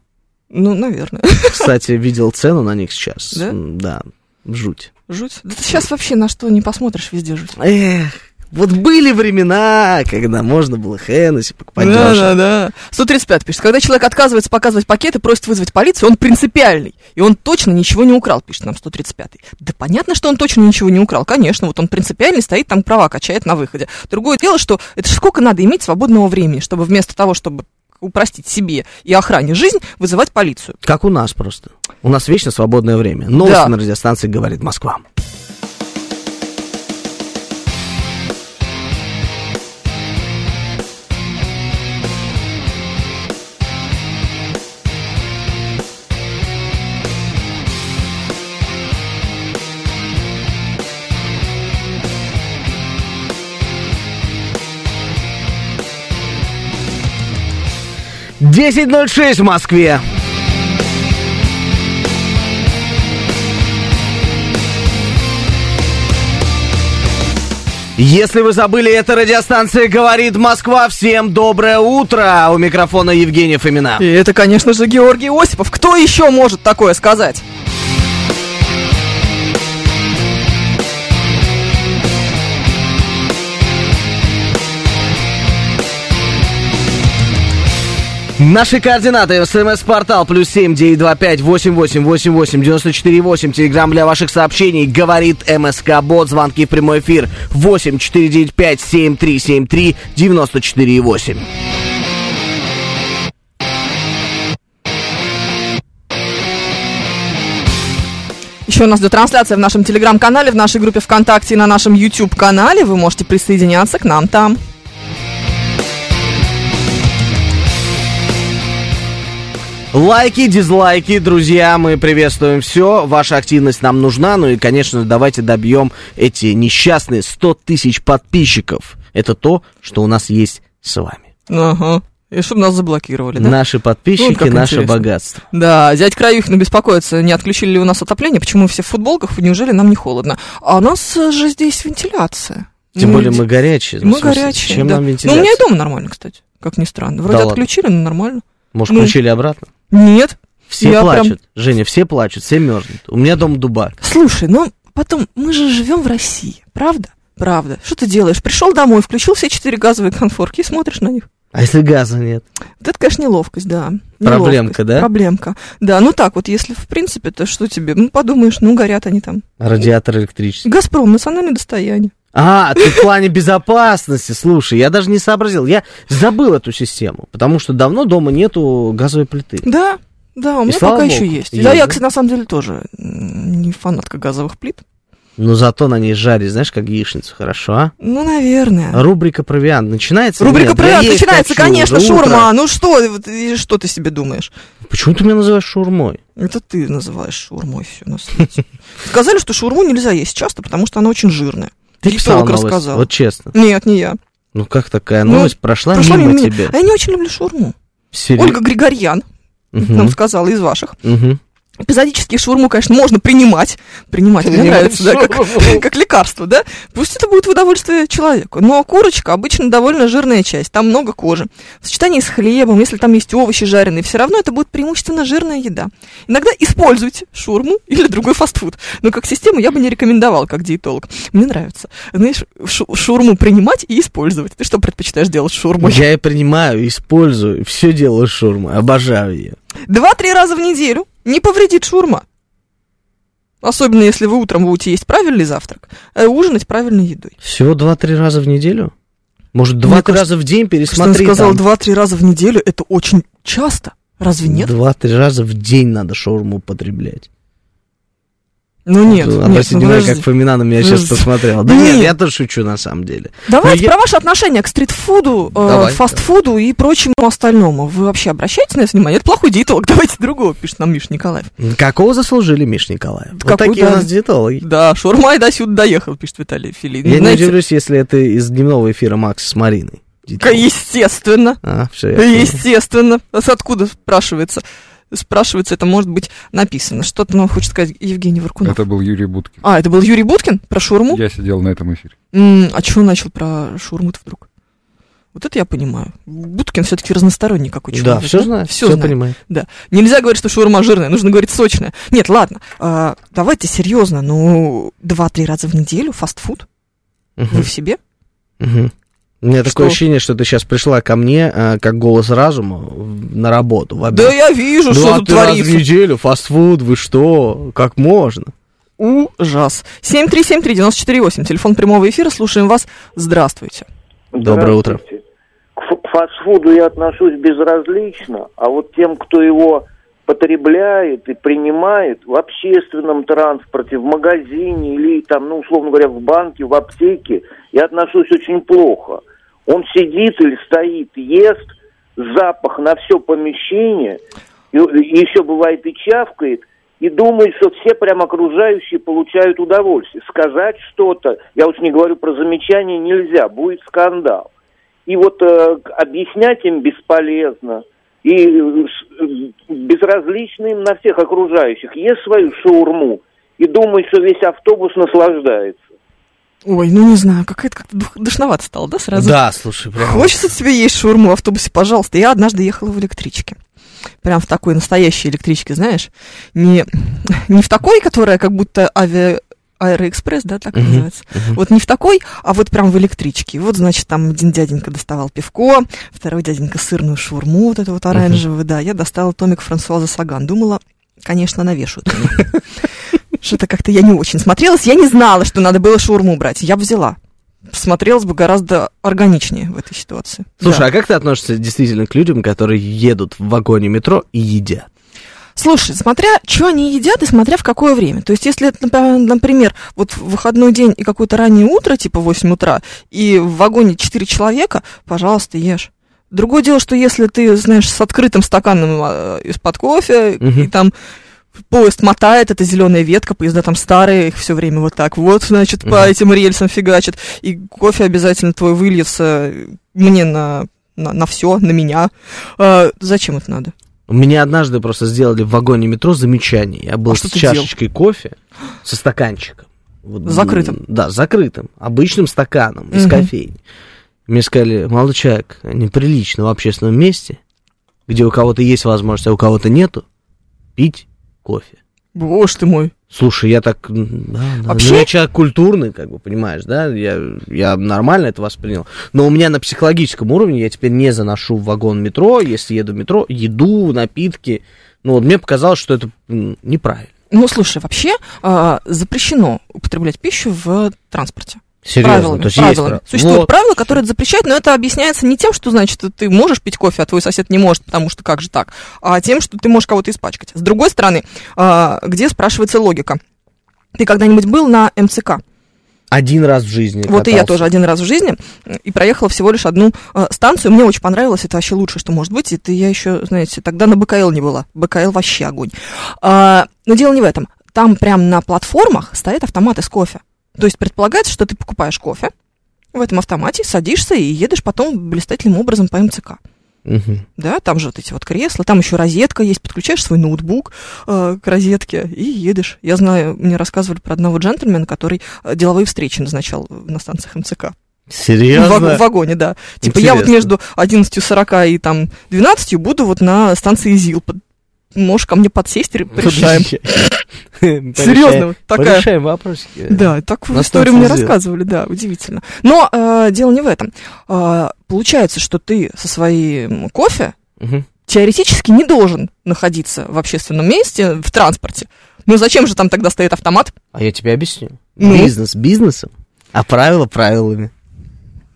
Ну, наверное. Кстати, *laughs* видел цену на них сейчас. Да? М, Да, жуть. Жуть. Да ты сейчас вообще на что не посмотришь, везде жуть. Эх, вот были времена, когда можно было Хеннесси покупать дешево. Да, да, да. 135 пишет. Когда человек отказывается показывать пакет и просит вызвать полицию, он принципиальный. И он точно ничего не украл, пишет нам 135. Да понятно, что он точно ничего не украл. Конечно, вот он принципиальный, стоит там права, качает на выходе. Другое дело, что это ж сколько надо иметь свободного времени, чтобы вместо того, чтобы упростить себе и охране жизнь, вызывать полицию. Как у нас просто. У нас вечно свободное время. Новости Да. на радиостанции «Говорит Москва». Десять ноль шесть в Москве. Если вы забыли, это радиостанция «Говорит Москва». Всем доброе утро. У микрофона Евгений Фомина. И это, конечно же, Георгий Осипов. Кто еще может такое сказать? Наши координаты. СМС-портал плюс семь девять два пять восемь восемь восемь восемь девяносто четыре восемь. Телеграмм для ваших сообщений. Говорит МСК Бот. Звонки в прямой эфир. Восемь четыре девять пять семь три семь три девяносто четыре восемь. Еще у нас идет трансляция в нашем телеграм-канале, в нашей группе ВКонтакте и на нашем YouTube-канале. Вы можете присоединяться к нам там. Лайки, дизлайки, друзья, мы приветствуем все. Ваша активность нам нужна. Ну и, конечно, давайте добьем эти несчастные 100 тысяч подписчиков. Это то, что у нас есть с вами. Ага. И чтобы нас заблокировали, да? Наши подписчики, Ну, как наше интересно. богатство. Да, дядь Краюхина беспокоится, не отключили ли у нас отопление, почему мы все в футболках, неужели нам не холодно? А у нас э, же здесь вентиляция. Тем Ну, более люди- мы горячие. Ну, мы в смысле, горячие, Чем да. нам Ну, у вентиляция? меня и дома нормально, кстати, как ни странно. Вроде ладно. отключили, но нормально. Может, ну. включили обратно? Нет, Все Я прям- плачут, Женя, все плачут, все мерзнут. У меня дома дубак. Слушай, ну потом, мы же живем в России, правда? Правда. Что ты делаешь? Пришел домой, включил все четыре газовые конфорки и смотришь на них. А если газа нет? Вот это, конечно, неловкость, да. Проблемка, Неловкость, да? Проблемка. Да, ну так вот, если в принципе, то что тебе? Ну, подумаешь, ну, горят они там. Радиатор электрический. Газпром, национальное достояние. А, ты в плане безопасности, слушай, я даже не сообразил. Я забыл эту систему, потому что давно дома нету газовой плиты. Да, да, у меня слава пока богу, еще есть. есть, Да, я, да? кстати, на самом деле тоже м, не фанатка газовых плит. Но зато на ней жарить, знаешь, как яичницу, хорошо, а? Ну, наверное. Рубрика «Провиант» начинается? Рубрика Нет, я «Привет» есть начинается, хочу конечно, уже, утро. шурма. Ну что, вот, и что ты себе думаешь? Почему ты меня называешь шурмой? Это ты называешь шурмой все на свете. Сказали, что шурму нельзя есть часто, потому что она очень жирная. Ты Диетолог писал новость, рассказал. вот честно. Нет, не я. Ну как такая Ну, новость прошла, Прошла мимо мимо меня. тебе? А я не очень люблю шурму. Сери- Ольга Григорьян Мгм, нам сказала из ваших. мгм. Эпизодически шурму, конечно, можно принимать. Принимать, мне нравится, да, как, *laughs* как лекарство, да? Пусть это будет в удовольствие человеку. Но курочка обычно довольно жирная часть, там много кожи. В сочетании с хлебом, если там есть овощи жареные, все равно это будет преимущественно жирная еда. Иногда используйте шурму или другой фастфуд. Но как систему я бы не рекомендовал, как диетолог. Мне нравится. Знаешь, шу- шурму принимать и использовать. Ты что предпочитаешь делать с шурмой? Я и принимаю, использую, все делаю шурмой, обожаю ее. Два-три раза в неделю не повредит шурма. Особенно если вы утром будете есть правильный завтрак, а ужинать правильной едой. Всего 2-3 раза в неделю? Может, 2-3 кажется, раза в день Что он пересмотри сказал, там. два-три раза в неделю это очень часто. Разве нет? 2-3 раза в день надо шаурму употреблять. Ну нет. Ну, нет, Обратите ну, внимание, подожди. как Фомина на меня сейчас Подожди. посмотрела. Да нет, Нет. я тоже шучу на самом деле. Давайте Ну, я- про ваши отношения к стритфуду, э, Давай. фастфуду и прочему остальному. Вы вообще обращаете на это внимание? Это плохой диетолог, *laughs* давайте другого, пишет нам Миша Николаев. Какого заслужили Миш Николаев? Да Вот какой, такие у да. нас диетологи. Да, шурма и до сюда доехал, пишет Виталий Филин. Я не Знаете, удивлюсь, если это из дневного эфира Макса с Мариной. к- Естественно. А, все, я понял. Естественно. А с откуда спрашивается? Спрашивается, это может быть написано. Что-то нам хочет сказать Евгений Варкунов. Это был Юрий Будкин. А, это был Юрий Буткин про шурму? Я сидел на этом эфире. М, а чего начал про шурму-то вдруг? Вот это я понимаю. Буткин все-таки разносторонний какой Да, человек. все знаю, Все, все понимаю. Нельзя говорить, что шаурма жирная, нужно говорить сочная. Нет, ладно, а, давайте серьезно, ну, 2-3 раза в неделю фастфуд, вы Мгм, в себе? мгм. У меня Что? такое ощущение, что ты сейчас пришла ко мне а, как голос разума в- на работу. в обед. Да я Ну, вижу, что тут Два-три раза в творится. неделю, фастфуд, вы что? Как можно? Ужас. 7373948, телефон прямого эфира, слушаем вас. Здравствуйте. Доброе утро. Здравствуйте. К ф- фастфуду я отношусь безразлично, а вот тем, кто его потребляет и принимает в общественном транспорте, в магазине или там, ну, условно говоря, в банке, в аптеке, я отношусь очень плохо. Он сидит или стоит, ест, запах на все помещение, и, и еще бывает и чавкает, и думает, что все прям окружающие получают удовольствие. Сказать что-то, я уж не говорю про замечания, нельзя, будет скандал. И вот э, к- объяснять им бесполезно. И э, ш- э, безразлично им на всех окружающих. Ешь свою шаурму и думай, что весь автобус наслаждается. Ой, ну не знаю, какая-то как-то дух- душновато стало, да, сразу? Да, слушай, прям. Хочется тебе есть шаурму в автобусе, пожалуйста. Я однажды ехала в электричке. Прям в такой настоящей электричке, знаешь. Не, не в такой, которая как будто авиа... Аэроэкспресс, да, так Мгм, называется. мгм. Вот не в такой, а вот прям в электричке. И Вот, значит, там один дяденька доставал пивко, второй дяденька сырную шаурму, вот эту вот оранжевую, да. Я достала томик Франсуаза Саган. Думала, конечно, навешают. меня. Что-то как-то я не очень смотрелась. Я не знала, что надо было шаурму брать. Я бы взяла. Смотрелась бы гораздо органичнее в этой ситуации. Слушай, Да. а как ты относишься действительно к людям, которые едут в вагоне метро и едят? Слушай, смотря, что они едят и смотря в какое время. То есть, если, это, напа- например, вот в выходной день и какое-то раннее утро, типа 8 утра, и в вагоне 4 человека, пожалуйста, ешь. Другое дело, что если ты, знаешь, с открытым стаканом э, из-под кофе, Мгм. и там поезд мотает, это зеленая ветка, поезда там старые, их все время вот так вот, значит, по Мгм. этим рельсам фигачит, и кофе обязательно твой выльется мне на, на, все, на меня. Э, зачем это надо? У меня однажды просто сделали в вагоне метро замечание. Я был А что с ты делал? чашечкой кофе, со стаканчиком. Вот, С закрытым? м, Да, с закрытым. Обычным стаканом из Мгм. кофейни. Мне сказали, молодой человек, неприлично в общественном месте, где у кого-то есть возможность, а у кого-то нету, пить кофе. Боже ты мой. Слушай, я так... м, да, да. Вообще- Ну, я человек культурный, как бы, понимаешь, да? Я, я нормально это воспринял. Но у меня на психологическом уровне я теперь не заношу в вагон метро, если еду в метро, еду, напитки. Ну, вот мне показалось, что это м, неправильно. Ну, слушай, вообще а, запрещено употреблять пищу в транспорте. Серьезно. правилами. То есть есть правилами. прав- Существуют Вот. правила, которые это запрещают, но это объясняется не тем, что, значит, ты можешь пить кофе, а твой сосед не может, потому что как же так, а тем, что ты можешь кого-то испачкать. С другой стороны, а, где спрашивается логика? Ты когда-нибудь был на МЦК? Один раз в жизни Вот и я катался. тоже один раз в жизни м, и проехала всего лишь одну э, станцию. Мне очень понравилось, это вообще лучшее, что может быть. Это я еще, знаете, тогда на БКЛ не была. БКЛ вообще огонь. А, но дело не в этом. Там прям на платформах стоят автоматы с кофе. То есть предполагается, что ты покупаешь кофе в этом автомате, садишься и едешь потом блистательным образом по МЦК. Мгм. Да, там же вот эти вот кресла, там еще розетка есть, подключаешь свой ноутбук э, к розетке и едешь. Я знаю, мне рассказывали про одного джентльмена, который э, деловые встречи назначал на станциях МЦК. Ну, В, Серьезно? *laughs* ваг- в вагоне, да. Типа я вот Интересно. между 11.40 и там 12 буду вот на станции ЗИЛ. Под- Можешь ко мне подсесть, ре- порешаем. *laughs* Серьезно, вот такая. Порешаем вопросики. Да, такую На историю мне станции ЗИЛ. рассказывали, да, удивительно. Но э, дело не в этом. Э, получается, что ты со своим кофе Мгм. теоретически не должен находиться в общественном месте, в транспорте. Ну зачем же там тогда стоит автомат? А я тебе объясню. Ну? Бизнес бизнесом, а правила правилами.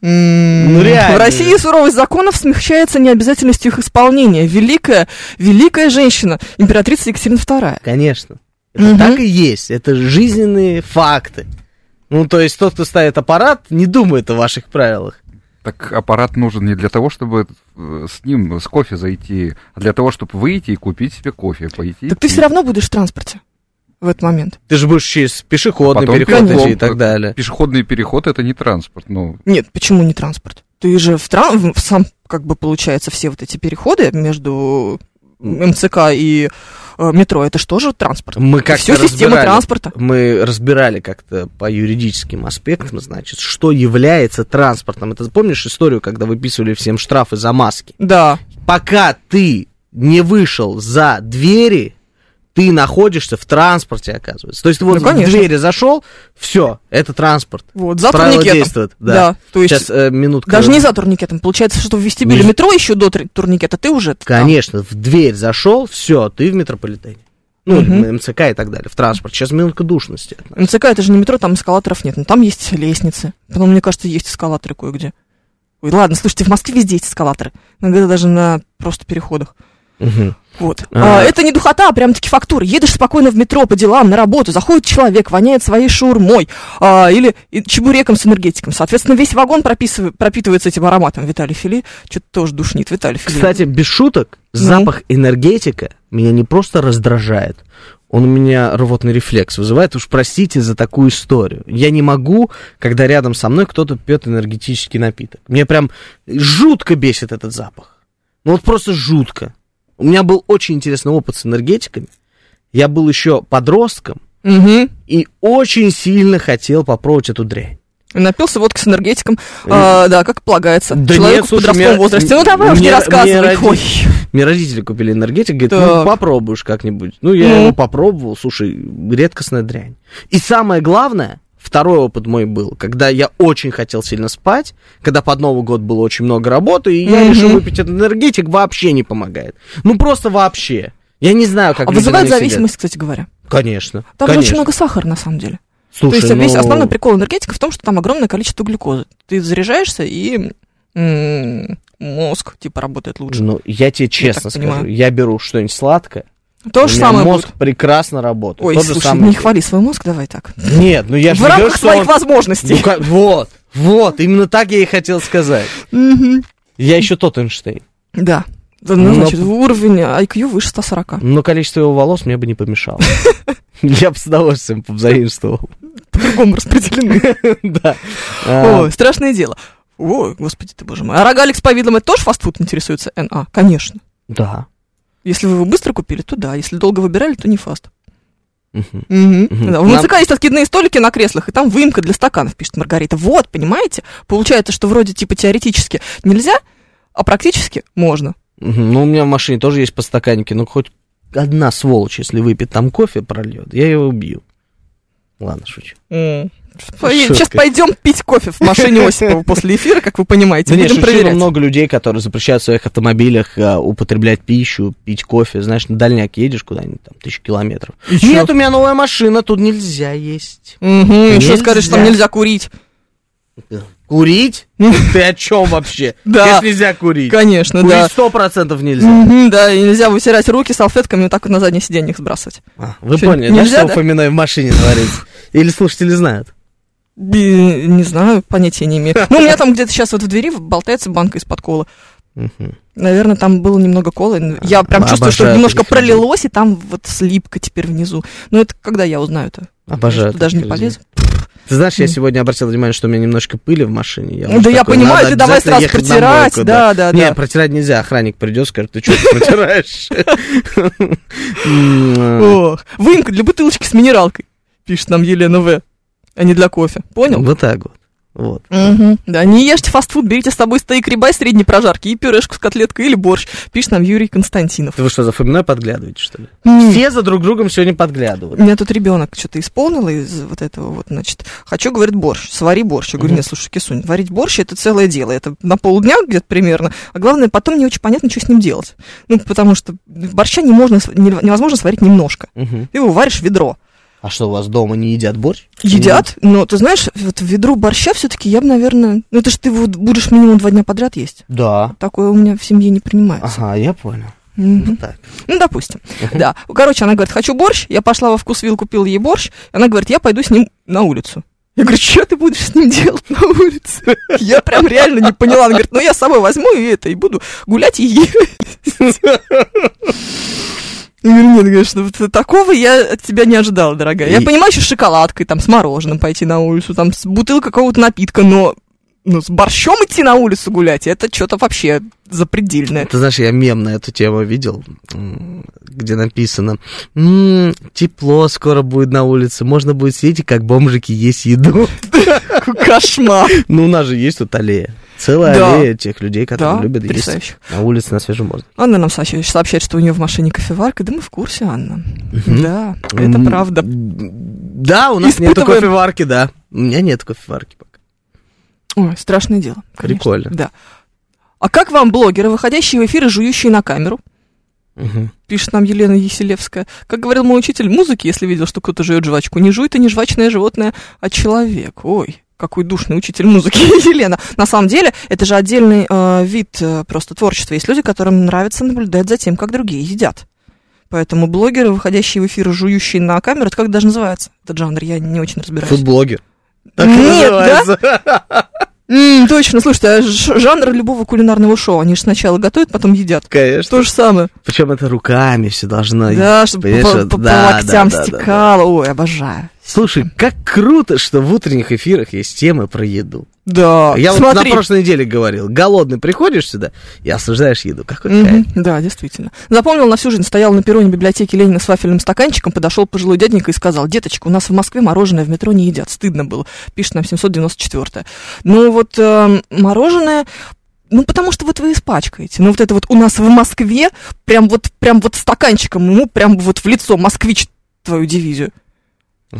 Ну, реально В России же. суровость законов смягчается необязательностью их исполнения. Великая, великая женщина, императрица Екатерина II. Конечно. Это Мгм. так и есть. Это жизненные факты. Ну, то есть тот, кто ставит аппарат, не думает о ваших правилах. Так аппарат нужен не для того, чтобы э, с ним, с кофе зайти, а для того, чтобы выйти и купить себе кофе, пойти. Так ты пить. все равно будешь в транспорте в этот момент. Ты же будешь через пешеходный Потом переход пешком. идти и так далее. Пешеходный переход это не транспорт. Ну, Нет, почему не транспорт? Ты же в, тран- в- сам, как бы, получается, все вот эти переходы между МЦК и э, метро, это же тоже транспорт. Мы как-то Все система разбирали. транспорта. Мы разбирали как-то по юридическим аспектам, значит, что является транспортом. Это помнишь историю, когда выписывали всем штрафы за маски? Да. пока ты не вышел за двери, ты находишься в транспорте, оказывается. То есть ты вот Ну, конечно. в двери зашел, все, это транспорт. Вот, за Правила турникетом. действуют, да. то есть Сейчас э, минутка. даже не за турникетом. Получается, что в вестибюле Не- метро еще до тур- турникета ты уже там. Конечно, в дверь зашел, все, ты в метрополитене. Ну, или Мгм. МЦК и так далее, в транспорте. Сейчас минутка душности. от нас. МЦК Ну, это же не метро, там эскалаторов нет, но там есть лестницы. Потом, мне кажется, есть эскалаторы кое-где. Ой, ладно, слушайте, в Москве везде есть эскалаторы. Иногда даже на просто переходах. Вот. А. А, это не духота, а прям-таки фактура. Едешь спокойно в метро по делам, на работу, заходит человек, воняет своей шаурмой а, или и чебуреком с энергетиком. Соответственно, весь вагон прописыв- пропитывается этим ароматом. Виталий Фили что-то тоже душнит. Виталий Фили. Кстати, без шуток, Ну? запах энергетика меня не просто раздражает, он у меня рвотный рефлекс вызывает. Уж простите за такую историю. Я не могу, когда рядом со мной кто-то пьет энергетический напиток. Мне прям жутко бесит этот запах. Ну вот просто жутко. У меня был очень интересный опыт с энергетиками. Я был еще подростком Мгм. и очень сильно хотел попробовать эту дрянь. Напился водки с энергетиком, а, да, как полагается, Э, Да человеку нет, в слушай, подростковом мне- возрасте. Ну давай мне- уж не мне рассказывай. родители- Ой. А Мне родители купили энергетик, говорит, Так. ну попробуешь как-нибудь. Ну, я Ну. его попробовал, слушай, редкостная дрянь. И самое главное, второй опыт мой был, когда я очень хотел сильно спать, когда под Новый год было очень много работы, и я Мгм. решил выпить этот энергетик, вообще не помогает. Ну, просто вообще. Я не знаю, как А люди вызывает на них сидят. зависимость, кстати говоря. Конечно. Там же конечно. очень много сахара, на самом деле. Слушай, То есть весь ну, основной прикол энергетика в том, что там огромное количество глюкозы. Ты заряжаешься, и м, мозг, типа, работает лучше. Ну, я тебе честно так скажу, понимаю. я беру что-нибудь сладкое, То у же меня самое мозг будет. прекрасно работает. Ой, Тот же слушай, самый не эффект. хвали свой мозг, давай так. Нет, ну я же В не говорю, рамках что своих он- Ну, возможностей. ка- вот, вот, именно так я и хотел сказать. Мгм. Я еще тот Эйнштейн. Да. Да, Но- ну, значит, уровень э, IQ выше 140. Но количество его волос мне бы не помешало. *laughs* Я бы с удовольствием повзаимствовал. По-другому распределены. *laughs* Да. А, Ой, страшное дело. Ой, господи ты, боже мой. А рогалик с повидлом это тоже фастфуд интересуется? НА, конечно. Да. Если вы его быстро купили, то да. Если долго выбирали, то не фаст. Мгм. Мгм. Мгм. Да, У Нам- МЦК есть откидные столики на креслах, и там выемка для стаканов, пишет Маргарита. Вот, понимаете? Получается, что вроде типа теоретически нельзя, а практически можно. Мгм. Ну, у меня в машине тоже есть подстаканники, ну, хоть одна сволочь, если выпьет там кофе, прольет, я ее убью. Ладно, шучу. М. Сейчас Шутка. пойдем пить кофе *laughs* в машине Осипова после эфира, как вы понимаете. Не, Будем шучу, но проверять. много людей, которые запрещают в своих автомобилях э, употреблять пищу, пить кофе. Знаешь, на дальняк едешь куда-нибудь, там, тысячу километров. И чё? Нет, у меня новая машина, тут нельзя есть. Мгм, еще Нельзя. скажешь, что там нельзя курить. Курить? Ты о чем вообще? Ну. Да. Здесь нельзя курить. Конечно, да. Ну. Курить сто процентов нельзя. Мгм, да, и нельзя вытирать руки салфетками вот так вот на заднее сиденье их сбрасывать. А, Вы Чё, поняли, да, нельзя, что да? упоминаю в машине творится? Или слушатели знают? Би- не знаю, понятия не имею. Ну, у меня там где-то сейчас вот в двери болтается банка из-под колы. Мгм. Наверное, там было немного колы. Я прям чувствую, что обожаю немножко таких людей. пролилось, и там вот слипка теперь внизу. Ну, это когда я узнаю-то? Обожаю. Что даже не таких людей. полезу. Ты знаешь, я сегодня обратил внимание, что у меня немножко пыли в машине. Я уже Ну, да я такой, понимаю, надо ты давай обязательно сразу ехать на протирать, мойку, да, да, да. Не, протирать нельзя, охранник придет, скажет, ты что протираешь? М, э, Ох, выемка для бутылочки с минералкой, пишет нам Елена В. А не для кофе. Понял? Вот так вот. Вот. Мгм. Да, не ешьте фастфуд, берите с собой стейк рибай средней прожарки и пюрешку с котлеткой или борщ, пишет нам Юрий Константинов. Ты вы что, за Фоминой подглядываете, что ли? М. Все за друг другом сегодня У подглядывают. меня тут ребенок что-то исполнил из вот этого вот, значит, хочу, говорит, борщ, свари борщ. Я говорю, Мгм. нет, слушай, кисунь, варить борщ это целое дело, это на полдня где-то примерно, а главное, потом не очень понятно, что с ним делать. Ну, потому что борща не можно, св- не- невозможно сварить немножко. Мгм. Ты его варишь в ведро. А что, у вас дома не едят борщ? Едят, но ты знаешь, вот ведро борща все-таки я бы, наверное, ну это же ты вот будешь минимум два дня подряд есть. М, Да. Такое у меня в семье не принимается. Ага, я понял. Мгм. Вот так. Ну, допустим. Да. Короче, она говорит, хочу борщ. Я пошла во вкусвилл, купила ей борщ. И Она говорит, я пойду с ним на улицу. Я говорю, что ты будешь с ним делать на улице? *laughs* Я прям реально не поняла. Она говорит, ну я с собой возьму и это, и буду гулять и есть. Я говорю, нет, конечно, вот такого я от тебя не ожидала, дорогая. Я И- понимаю, еще с шоколадкой, там, с мороженым пойти на улицу, там, с бутылкой какого-то напитка, но ну, с борщом идти на улицу гулять, это что-то вообще запредельное. Ты знаешь, я мем на эту тему видел, м, где написано «М, «Тепло скоро будет на улице, можно будет сидеть и как бомжики есть еду». *laughs* Кошмар. Ну, у нас же есть тут аллея. Целая Да. аллея тех людей, которые Да, любят есть потрясающе. на улице на свежем воздухе. Анна нам сообщает, сообщает, что у нее в машине кофеварка. Да мы в курсе, Анна. Да, это М, правда. Да, у нас нету Испытываем. кофеварки, да. У меня нет кофеварки пока. Ой, страшное дело. конечно. Прикольно. Да. А как вам блогеры, выходящие в эфир и жующие на камеру? Мгм. Пишет нам Елена Еселевская. Как говорил мой учитель музыки, если видел, что кто-то жует жвачку, не жуй ты не жвачное животное, а человек. Ой, какой душный учитель музыки *laughs* Елена. На самом деле, это же отдельный э, вид э, просто творчества. Есть люди, которым нравится наблюдать за тем, как другие едят. Поэтому блогеры, выходящие в эфир и жующие на камеру, это как даже называется этот жанр, я не очень разбираюсь. Фудблогер. Так и Нет, называется. *laughs* М, точно, слушайте, а ж- жанр любого кулинарного шоу, они же сначала готовят, потом едят. Конечно. То же самое. Причем это руками все должно. да, чтобы понимаешь, по, вот- по- по да, локтям да, да, да, да. стекало. Ой, обожаю. Слушай, как круто, что в утренних эфирах есть темы про еду. Да, Я вот на смотри. прошлой неделе говорил, голодный приходишь сюда и осуждаешь еду. Какой Мгм, кайф. Да, действительно. Запомнил на всю жизнь, стоял на перроне библиотеки Ленина с вафельным стаканчиком, подошел пожилой дяденька и сказал, деточка, у нас в Москве мороженое в метро не едят, стыдно было, пишет нам 794 Ну вот эм, мороженое, ну потому что вот вы испачкаете. Ну вот это вот у нас в Москве, прям вот, прям вот стаканчиком ему, прям вот в лицо, москвич твою дивизию.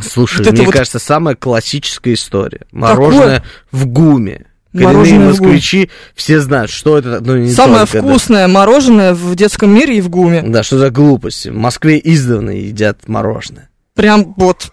Слушай, Вот это мне вот- кажется, самая классическая история. Мороженое в гуме. Коренные Мороженое в москвичи все знают, что это. Ну, не Самое только, да. вкусное мороженое в детском мире и в ГУМе. Да, что за глупости? В Москве издавна едят мороженое. Прям вот.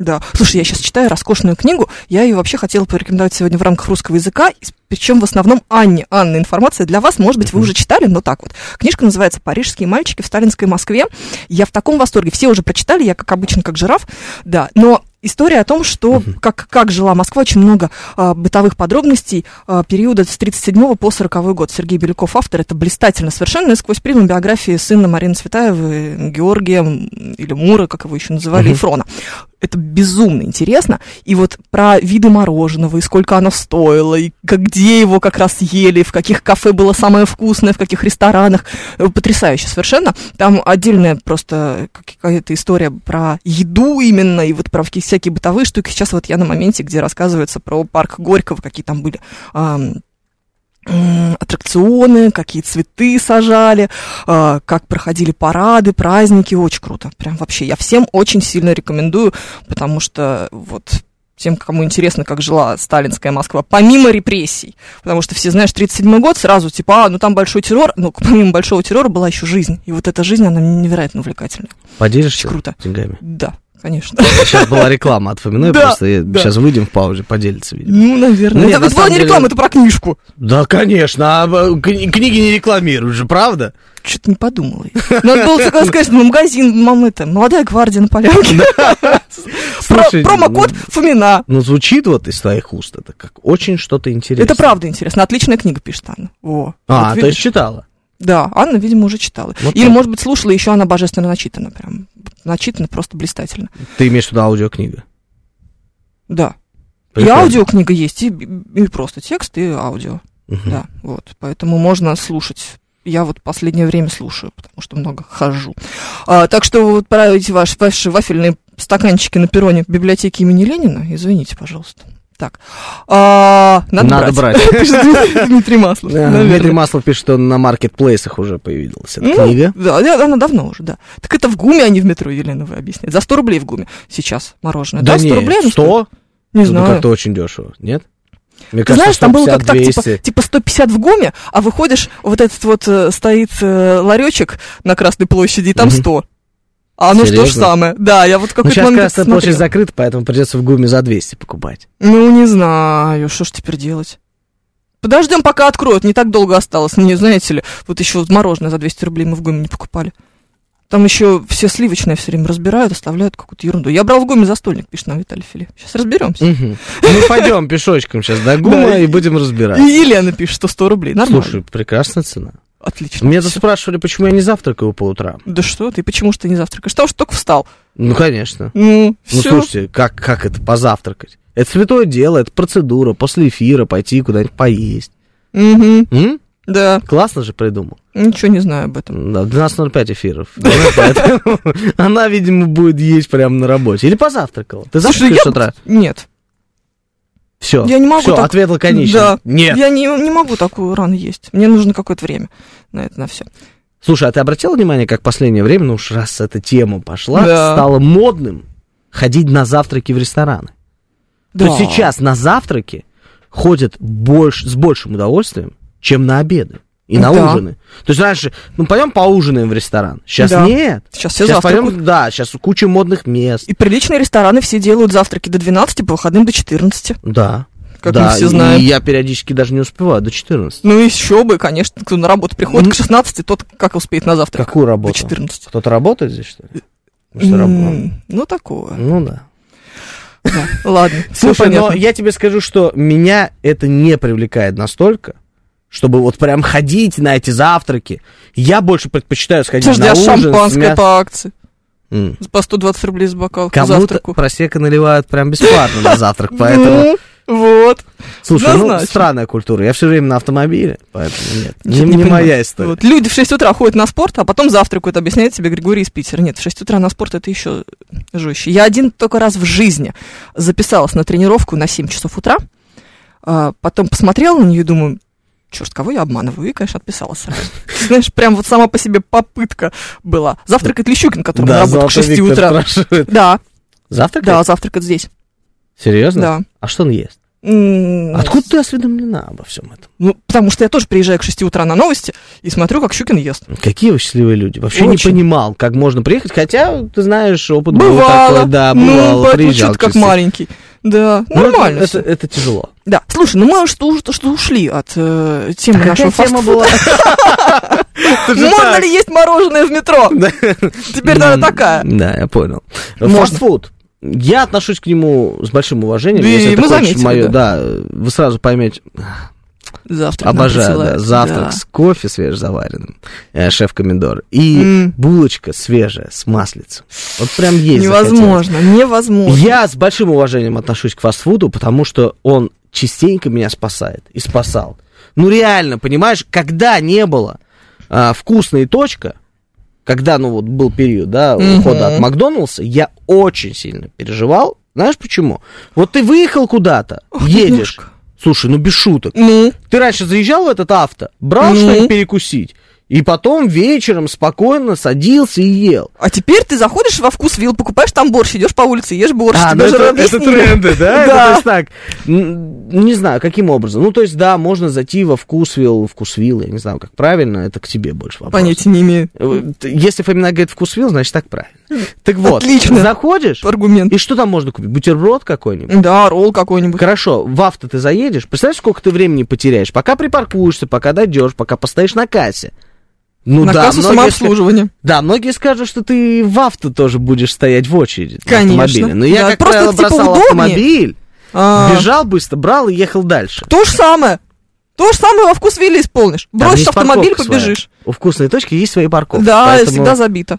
Да. Слушай, я сейчас читаю роскошную книгу. Я ее вообще хотела порекомендовать сегодня в рамках русского языка, причем в основном Анне. Анна, информация для вас, может быть, вы уже читали, но так вот. Книжка называется «Парижские мальчики в сталинской Москве». Я в таком восторге. Все уже прочитали, я, как обычно, как жираф. Да, но история о том, что как, как жила Москва, очень много а, бытовых подробностей а, периода с 37 по 40 год. Сергей Беляков, автор, это блистательно совершенно, и сквозь призму биографии сына Марины Цветаевой, Георгия м, или Мура, как его еще называли, Ефрона. Это безумно интересно. И вот про виды мороженого, и сколько оно стоило, и как- где его как раз ели, в каких кафе было самое вкусное, в каких ресторанах. Э, Потрясающе совершенно. Там отдельная просто какая-то история про еду именно, и вот про вки- всякие бытовые штуки. Сейчас вот я на моменте, где рассказывается про парк Горького, какие там были ам, аттракционы, какие цветы сажали, э, как проходили парады, праздники. Очень круто. Прям вообще я всем очень сильно рекомендую, потому что вот тем, кому интересно, как жила сталинская Москва, помимо репрессий. Потому что все, знаешь, 37 год сразу, типа, а, ну там большой террор, но помимо большого террора была еще жизнь. И вот эта жизнь, она невероятно увлекательная. Поделишься Очень круто. деньгами? Да, конечно. Сейчас была реклама от Фоминой, Да, просто я- да. сейчас выйдем в паузе, поделиться видимо. Ну, *laughs* наверное. Ну, нет, это на это была самом не деле- реклама, это про книжку. Да, конечно, а э, кни- книги не рекламируют же, правда? Что-то не подумала. я. *laughs* Надо было такое сказать, ну, магазин, мам, это, молодая гвардия *laughs* на полянке. Про- Слушай, Промокод Фомина. Ну, звучит вот из твоих уст это как очень что-то интересное. Это правда интересно. Отличная книга пишет Анна. Во. А, Вот то видишь? есть читала. Да, Анна, видимо, уже читала. Вот Или, так. может быть, слушала, еще она божественно начитана прям. Начитана просто блистательно. Ты имеешь в виду аудиокнига? Да. Прикольно. И аудиокнига есть, и, и просто текст, и аудио. Мгм. Да, вот. Поэтому можно слушать. Я вот последнее время слушаю, потому что много хожу. А, так что вот про эти ваши, ваши вафельные стаканчики на перроне библиотеки имени Ленина, извините, пожалуйста. Так. А, надо, Надо брать. *laughs* Пишет Дмитрий Маслов. Да, наверное. Э, Дмитрий Маслов пишет, что на маркетплейсах уже появилась эта Ну, книга. Да, да, она давно уже, да. Так это в ГУМе, а не в метро, Елена, вы объясняете. За 100 рублей в ГУМе сейчас мороженое. Да, 100 нет, рублей? оно стоит? 100? Не Ну, знаю. как-то очень дешево, нет? Мне Ты знаешь, там было 150, как так, типа, 200. типа 150 в ГУМе, а выходишь, вот этот вот э, стоит э, ларечек на Красной площади, и там Мгм. 100. А оно что же Серьезно? самое. Да, я вот в Ну, какой-то сейчас момент Красная это площадь смотрела. закрыта, поэтому придется в ГУМе за 200 покупать. Ну, не знаю, что ж теперь делать. Подождем, пока откроют, не так долго осталось. Мне, знаете ли, вот еще вот мороженое за 200 рублей мы в ГУМе не покупали. Там еще все сливочное все время разбирают, оставляют какую-то ерунду. Я брал в ГУМе застольник, пишет нам Виталий Фили. Сейчас разберемся. Мгм. Ну, пойдем пешочком сейчас до ГУМа Да. и будем И разбирать. Елена пишет, что 100 рублей. Нормально. Слушай, прекрасная цена. Отлично. Меня тут Всё. спрашивали, почему я не завтракаю по утрам. Да что ты, почему ж ты не завтракаешь? Потому что только встал. Ну, конечно. Ну, Ну, все. слушайте, как, как это позавтракать? Это святое дело, это процедура, после эфира пойти куда-нибудь поесть. М? Да, Классно же придумал. ничего не знаю об этом. Да, в 12.05 эфиров. *laughs* Поэтому она, видимо, будет есть прямо на работе. Или позавтракала. Ты Слушай, завтракаешь с я- утра? Нет. Все. Я не могу Все, так- ответ лаконичен. Да. Нет. Я не, не могу такую рано есть. Мне нужно какое-то время на это, на все. Слушай, а ты обратил внимание, как в последнее время, ну уж раз эта тема пошла, Да. стало модным ходить на завтраки в рестораны? То сейчас на завтраки ходят больше, с большим удовольствием, чем на обеды и на Да. ужины. То есть раньше, ну пойдем поужинаем в ресторан. Сейчас Да. нет. Сейчас все сейчас завтракают. пойдем, да, сейчас куча модных мест. И приличные рестораны все делают завтраки до 12, по выходным до 14, Да. как да, мы все и знаем. я периодически даже не успеваю до 14. Ну еще бы, конечно, кто на работу приходит Ну, к 16, тот как успеет на завтрак. Какую До работу? 14. Кто-то работает здесь, что ли? Может, работает? М, Ну, такое. Ну да. да. Ладно. всё Слушай, но понятно. я тебе скажу, что меня это не привлекает настолько, чтобы вот прям ходить на эти завтраки. Я больше предпочитаю сходить Подожди, на а ужин. с шампанское мясом. по акции? М. По 120 рублей с бокал к Кому-то завтраку. просека наливают прям бесплатно на завтрак, поэтому... Ну, вот. Слушай, ну, Однозначно. странная культура. Я все время на автомобиле, поэтому нет. Не, Чё-то не понимаю. моя история. Вот, Люди в 6 утра ходят на спорт, а потом завтракают, объясняет тебе Григорий из Питера. Нет, в 6 утра на спорт это еще жестче. Я один только раз в жизни записалась на тренировку на 7 часов утра, а, потом посмотрела на нее и думаю, черт, кого я обманываю, и, конечно, отписалась *laughs* сразу. Знаешь, прям вот сама по себе попытка была. Завтракает Лещукин, который на работу к золотой 6 Виктор утра. спрашивает. Да, да, Завтрак? завтракает здесь. Серьезно? Да. А что он ест? М, Откуда ты осведомлена обо всем этом? Ну, потому что я тоже приезжаю к 6 утра на новости и смотрю, как Щукин ест. Какие вы счастливые люди. Вообще Очень. не понимал, как можно приехать. Хотя, ты знаешь, опыт был Бывало. такой. Да, Ну, бывало. поэтому приезжал чё-то как часы. маленький. Да, Ну, это- нормально. Это, всё. это тяжело. Да, слушай, ну мы уж что, что ушли от э, темы нашего фастфуда. Ну, Можно ли есть мороженое в метро? *laughs* Да. Теперь она такая. Да, я понял. Можно. Фастфуд. Я отношусь к нему с большим уважением. Да Если и ты мы хочешь заметили, моё- да. вы сразу поймете. Завтрак нам Обожаю, да. присылают. Завтрак Да. с кофе свежезаваренным. э, шеф комендор. И М. булочка свежая с маслицем. Вот прям есть. Невозможно, невозможно. Я с большим уважением отношусь к фастфуду, потому что он частенько меня спасает и спасал. Ну реально, понимаешь, когда не было а, вкусной точка, когда, ну вот был период, да, Мгм. ухода от Макдоналдса, я очень сильно переживал. Знаешь почему? Вот ты выехал куда-то, Ох, едешь, ножка. Слушай, ну без шуток. Ну, Ты раньше заезжал в этот авто, брал Ну? что-нибудь перекусить, и потом вечером спокойно садился и ел. а теперь ты заходишь во вкус вилл, покупаешь там борщ, идешь по улице, ешь борщ. А, Тебе ну же это, это объяснили. тренды, да? Это, Да. то есть так. М, Не знаю, каким образом. Ну, то есть, да, можно зайти во вкусвилл, вкусвилл, я не знаю, как правильно, это к тебе больше вопрос. Понятия не имею. Э, т- Если Фомина говорит вкусвилл, значит так правильно. Так вот, Хм, Отлично. заходишь, Аргумент. и что там можно купить? Бутерброд какой-нибудь? Да, ролл какой-нибудь. Хорошо, в авто ты заедешь, представляешь, сколько ты времени потеряешь, пока припаркуешься, пока дойдешь, пока постоишь на кассе. Ну На да, кассу многие ска- самообслуживания. да, многие скажут, что ты в авто тоже будешь стоять в очереди. на Конечно. автомобиле. Но я Да, как просто правило типа бросал удобнее. автомобиль, А, бежал быстро, брал и ехал дальше. То же самое. То же самое во вкус вилли исполнишь. Там Бросишь есть автомобиль, парковка своя. побежишь. У вкусной точки есть свои парковки. да, поэтому- всегда забито.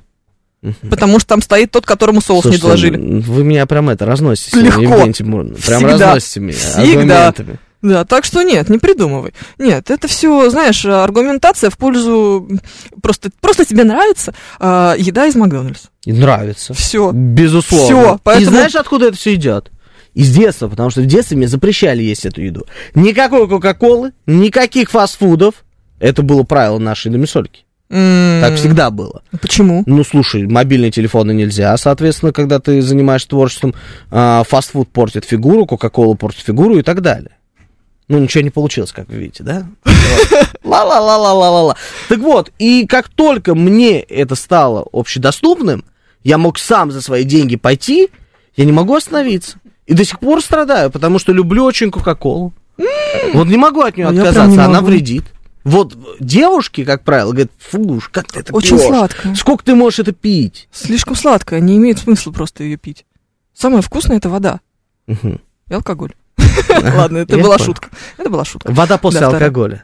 Потому что там стоит тот, которому соус Слушайте, не доложили. м, Вы меня прям это разносите. Легко. сегодня, Евгения Тимуровна. Прям Всегда. разносите меня. Всегда. аргументами. Да, так что нет, не придумывай. Нет, это все, знаешь, аргументация в пользу просто, просто тебе нравится а, еда из Макдональдса. И нравится. Все. Безусловно. Всё, поэтому- И знаешь, откуда это все идет? Из детства, потому что в детстве мне запрещали есть эту еду. Никакой Кока-Колы, никаких фастфудов. Это было правило нашей домисольки. Так всегда было. Почему? Ну, слушай, мобильные телефоны нельзя, соответственно, когда ты занимаешься творчеством, а, фастфуд портит фигуру, Кока-Кола портит фигуру и так далее. Ну, ничего не получилось, как вы видите, *laughs* да? Ла-ла-ла-ла-ла-ла-ла. Так вот, и как только мне это стало общедоступным, я мог сам за свои деньги пойти, я не могу остановиться. И до сих пор страдаю, потому что люблю очень Кока-Колу. Вот не могу от нее А я прям отказаться, не она могу. вредит. Вот девушки, как правило, говорят, фу, уж как ты это Очень пьёшь? сладкая. Сколько ты можешь это пить? Слишком сладкая, не имеет смысла просто ее пить. Самое вкусное это вода и алкоголь. Ладно, это Я была понял. шутка. Это была шутка. Вода после Да, вторая. алкоголя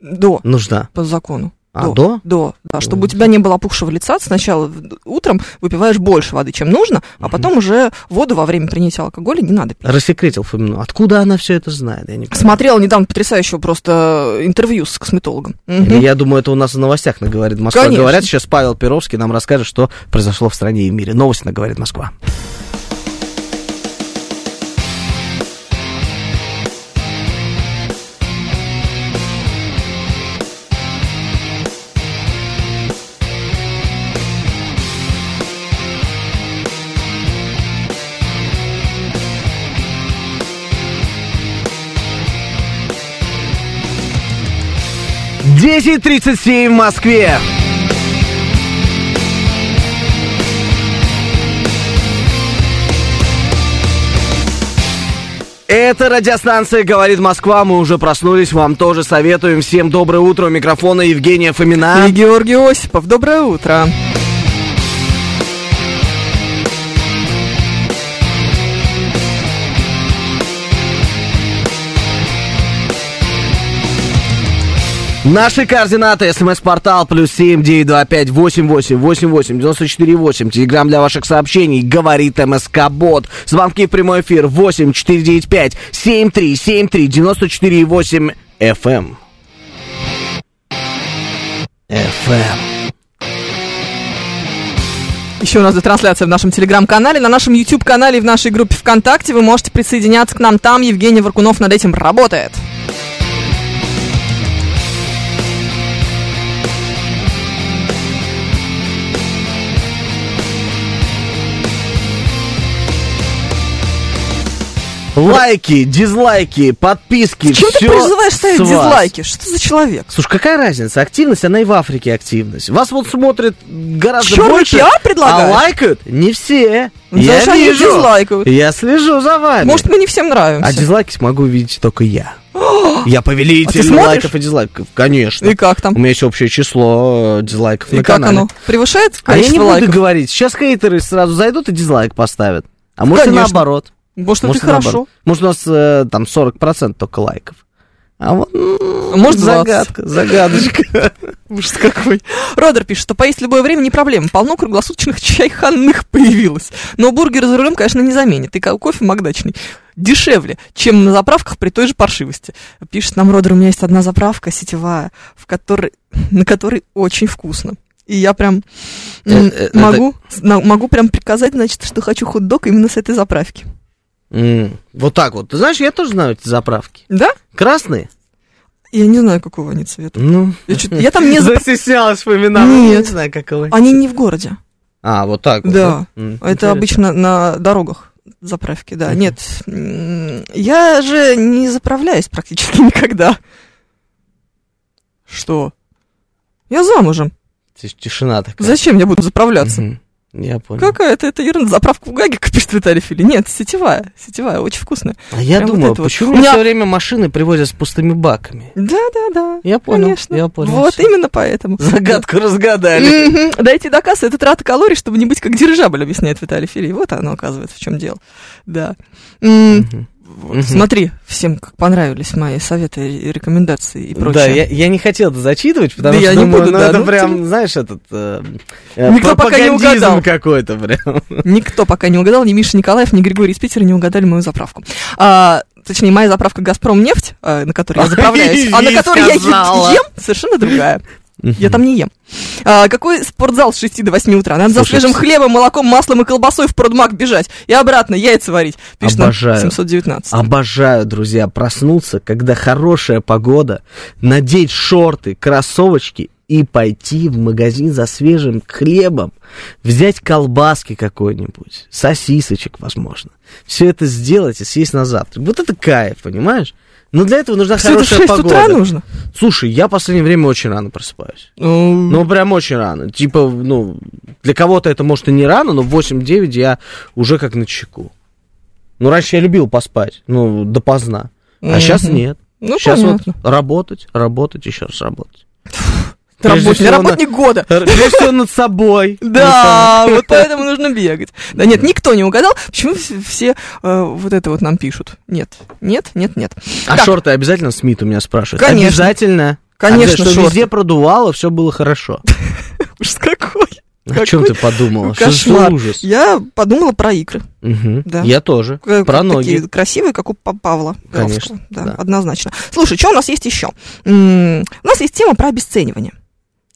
До. нужна. по закону. А, до? До, да, чтобы у тебя не было опухшего лица, сначала в- утром выпиваешь больше воды, чем нужно, а потом уже воду во время принятия алкоголя не надо пить. Рассекретил Фомину. Откуда она все это знает? Я не понимаю. Смотрела недавно потрясающего просто интервью с косметологом. Мгм. Я думаю, это у нас в новостях на «Говорит Москва». Конечно. Говорят, сейчас Павел Перовский нам расскажет, что произошло в стране и мире. Новости на «Говорит Москва». Десять тридцать семь в Москве. Это радиостанция «Говорит Москва». Мы уже проснулись, вам тоже советуем. Всем доброе утро. У микрофона Евгения Фомина. И Георгий Осипов, доброе утро. Наши координаты. СМС-портал плюс семь девять два пять восемь восемь восемь восемь девяносто четыре восемь. Телеграмм для ваших сообщений. Говорит МСК Бот. Звонки в прямой эфир восемь четыре девять пять семь три семь три девяносто четыре восемь FM. FM. Еще у нас идет трансляция в нашем телеграм-канале, на нашем YouTube-канале и в нашей группе ВКонтакте. Вы можете присоединяться к нам там. Евгений Варкунов над этим работает. Лайки, дизлайки, подписки. Чем ты всё призываешь ставить с вас. дизлайки? Что за человек? Слушай, какая разница? Активность, она и в Африке активность. Вас вот смотрит гораздо Чёрный больше. пиар а предлагаешь? лайкают не все. Ну, Я знаешь, они вижу. дизлайкают. Я слежу за вами. Может, мы не всем нравимся. а дизлайки смогу видеть только *gasps* я. я А ты повелитель смотришь? лайков и дизлайков. Конечно. И как там? У меня есть общее число э, дизлайков И на как канале. оно? Превышает А я не количество лайков? буду говорить. Сейчас хейтеры сразу зайдут и дизлайк поставят. А может и Конечно. наоборот. Может, может, это и и хорошо. наоборот. Может, у нас э, там 40% только лайков. А вот Может, 20. загадка, загадочка. Ужас какой. Родер пишет, что поесть в любое время не проблема. Полно круглосуточных *laughs* чайханных появилось. Но бургер за рулем, конечно, не заменит. И ко- кофе макдачный. Дешевле, чем на заправках при той же паршивости. Пишет нам Родер, у меня есть одна заправка сетевая, в которой, *laughs* на которой очень вкусно. И я прям м, Э, э, это- могу, с- на- могу прям приказать, значит, что хочу хот-дог именно с этой заправки. М, Вот так вот. Ты знаешь, я тоже знаю эти заправки. Да? Красные? Я не знаю, какого они цвета. *laughs* Ну. Я, чё-то- я там не... запра- Застеснялась, вспоминала. Я Не Нет. знаю, какого. Они не в городе. А, вот так вот. Да. М, Это интересно. обычно на дорогах заправки, да. Мгм. Нет, м, я же не заправляюсь практически *laughs* никогда. Что? Я замужем. Тиш- Тишина такая. Зачем я буду заправляться? Мгм. Я понял. Какая-то это ерунда. Заправка в Гаге, как пишет Виталий Фили. Нет, сетевая. Сетевая, очень вкусная. А я Прям вот думаю, это вот. почему У меня- все время машины привозят с пустыми баками? Да-да-да. Я понял, Конечно. я понял. Вот всё. именно поэтому. Загадку разгадали. Мгм. Дойти до кассы – это трата калорий, чтобы не быть как дирижабль, объясняет Виталий Филий. Вот оно, оказывается, в чем дело. Да. М, Мгм. вот, Мгм. Смотри, всем как понравились мои советы и рекомендации и прочее. Да, я, я не хотел это зачитывать, потому Да что я не думаю, буду, ну, да, это ну, прям, тем- знаешь, этот э, э, Никто пока не пропагандизм угадал. какой-то прям. Никто пока не угадал, ни Миша Николаев, ни Григорий из Питера не угадали мою заправку. А, точнее, моя заправка «Газпромнефть», э, на *laughs* которой я заправляюсь, а на И которой я сказала. е- ем, совершенно другая. Я там не ем. А, какой спортзал с 6 до 8 утра? Надо за Слушай, свежим хлебом, молоком, маслом и колбасой в продмаг бежать. И обратно яйца варить. Пишет нам Обожаю. А 719. Обожаю, друзья, проснуться, когда хорошая погода, надеть шорты, кроссовочки и пойти в магазин за свежим хлебом, взять колбаски какой-нибудь, сосисочек, возможно. Все это сделать и съесть на завтрак. Вот это кайф, понимаешь? Но для этого нужна Всё это в хорошая 6 погода. утра нужно? Слушай, я в последнее время очень рано просыпаюсь. Ну, прям очень рано. Типа, ну, для кого-то это, может, и не рано, но в 8-9 я уже как на чеку. Ну, раньше я любил поспать, ну, допоздна. А Мгм. сейчас нет. Ну, сейчас понятно. вот работать, работать, еще раз работать. Ты прежде всего работник, на- работник года. Прежде всего над собой. *laughs* Да, вот поэтому нужно бегать. Да нет, никто не угадал. Почему все- все э, вот это вот нам пишут? Нет, нет, нет, нет. А Так. шорты обязательно Смит у меня спрашивает? Конечно. Обязательно. Конечно, Обязательно, Чтобы шорты. А *laughs* везде продувало, все было хорошо. Ужас какой. О чем ты Какой подумала? Что за Кошмар. ужас? Я подумала про икры. Мгм. Да. Я тоже. Э, Про такие ноги. красивые, как у Па- Павла Конечно, Перовского. Да, да. однозначно. Слушай, что у нас есть еще? М, У нас есть тема про обесценивание,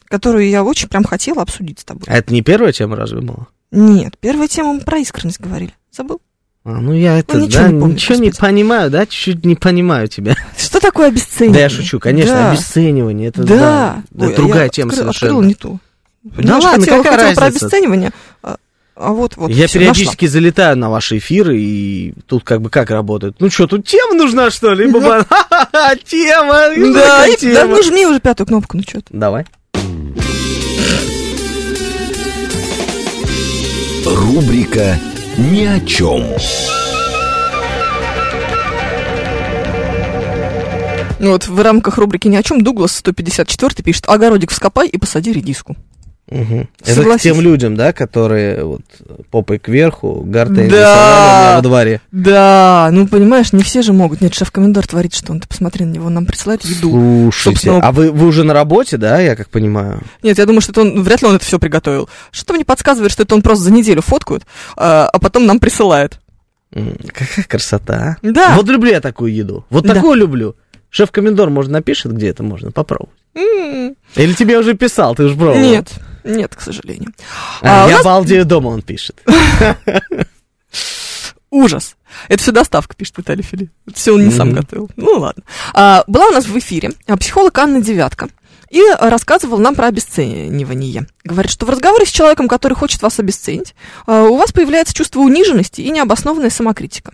которую я очень прям хотела обсудить с тобой. А это не первая тема разве была? Нет, первая тема мы про искренность говорили. Забыл? А, ну я это, ничего да, не помню, ничего не господи. понимаю, да, чуть-чуть не понимаю тебя. Что такое обесценивание? Да *laughs* я шучу, конечно, Да. обесценивание, это Да. да, да, Ой, а другая я тема откры- совершенно. Открыла не ту. Да ладно, хотела, какая хотела про разница? обесценивание, а, а вот, вот. я всё, периодически залетаю на ваши эфиры, и тут как бы как работает? Ну что, тут тема нужна, что ли? И Ну. *laughs* бабан, «Ха-ха-ха, тема, и нашла. Да, какая и, Ну, да, тема. нажми уже пятую кнопку, ну что ты. Давай. Рубрика «Ни о чем». Ну Вот в рамках рубрики «Ни о чем» Дуглас 154 пишет «Огородик вскопай и посади редиску». Это к Согласись. тем людям, да, которые вот попой кверху, гортень Да. рисовали у меня во дворе. Да, ну понимаешь, не все же могут. Нет, шеф-комендор творит, что он. Ты посмотри на него, он нам присылает еду. Слушайте, Собственно, а вы, вы уже на работе, да, я как понимаю? Нет, я думаю, что это он, вряд ли он это все приготовил. Что-то мне подсказывает, что это он просто за неделю фоткает, а, а потом нам присылает. М, Какая красота, а? Да. Вот люблю я такую еду. Вот Да. такую люблю. Шеф-комендор, может, напишет, где это можно попробовать? М, Или тебе уже писал, ты уже пробовал? Нет, нет, к сожалению. А, А, у я нас балдею дома, он пишет. Ужас. Это все доставка, пишет Виталий Фили. Это все он не сам Мгм. готовил. Ну ладно. А, была у нас в эфире а, психолог Анна Девятка. И а, рассказывала нам про обесценивание. Говорит, что в разговоре с человеком, который хочет вас обесценить, а, у вас появляется чувство униженности и необоснованная самокритика.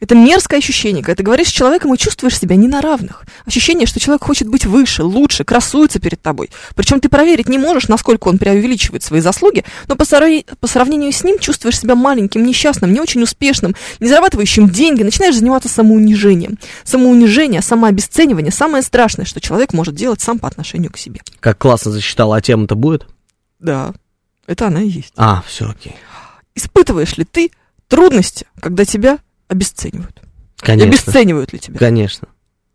Это мерзкое ощущение, когда ты говоришь с человеком и чувствуешь себя не на равных. Ощущение, что человек хочет быть выше, лучше, красуется перед тобой. Причем ты проверить не можешь, насколько он преувеличивает свои заслуги, но по, сорай- по сравнению с ним чувствуешь себя маленьким, несчастным, не очень успешным, не зарабатывающим деньги, начинаешь заниматься самоунижением. Самоунижение, самообесценивание – самое страшное, что человек может делать сам по отношению к себе. Как классно засчитала, а тема-то будет? Да, это она и есть. А, все окей. Испытываешь ли ты трудности, когда тебя обесценивают? И Конечно. обесценивают ли тебя? Конечно,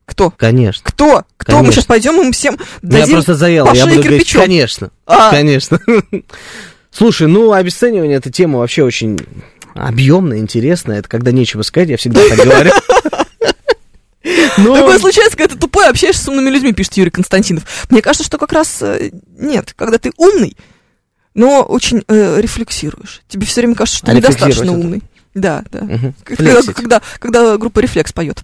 Кто? конечно. Кто? Кто? Мы Конечно. сейчас пойдем им всем Меня дадим просто заело, по я шее буду говорить, кирпичом. конечно, А, конечно. *laughs* Слушай, ну, обесценивание, эта тема вообще очень объемная, интересная. Это когда нечего сказать, я всегда так *laughs* говорю. Ну, Такое случается, когда ты тупой, общаешься с умными людьми, пишет Юрий Константинов. Мне кажется, что как раз э, нет, когда ты умный, но очень э, рефлексируешь. Тебе все время кажется, что А ты недостаточно рефлексировать это? умный. Да, да. Мгм. Когда, Флексить. когда- когда группа «Рефлекс» поет.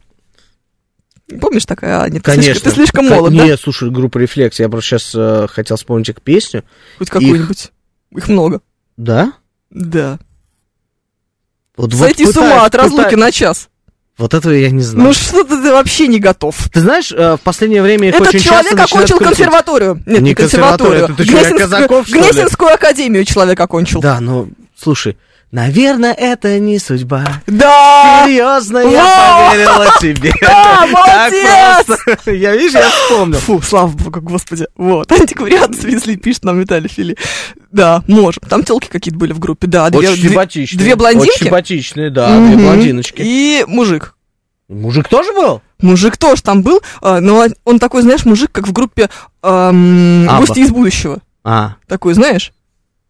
Помнишь такая, Аня? Ты Конечно. слишком, ты слишком Ко- молод, да? Нет, слушай, группа «Рефлекс». Я просто сейчас хотел вспомнить их песню. Хоть какую-нибудь. Их много. Да? Да. Вот, Сойти вот с ума пытаюсь- от разлуки пытаюсь- на час. Вот этого я не знаю. Ну что ты, ты вообще не готов. Ты знаешь, э, в последнее время их Этот очень человек часто начинают окончил крутить. консерваторию. Нет, не, Не консерваторию, это консерваторию. ты что, я Казаков, что ли? Гнесинскую академию человек окончил. Да, ну, слушай, наверное, это не судьба. Да! Серьезно, я Вау! поверила тебе. Да, Так *laughs* молодец! просто. *laughs* Я, видишь, я вспомнил. Фу, слава богу, господи. Вот, *laughs* антиквариат свезли, пишет нам Виталий Фили. Да, можем. Там телки какие-то были в группе, да. две- Очень две- симпатичные. две блондинки? Очень симпатичные, да, две Мгм. блондиночки. И мужик. Мужик тоже был? Мужик тоже там был, а, но он такой, знаешь, мужик, как в группе эм, Абба. «Гости из будущего». А. Такой, знаешь?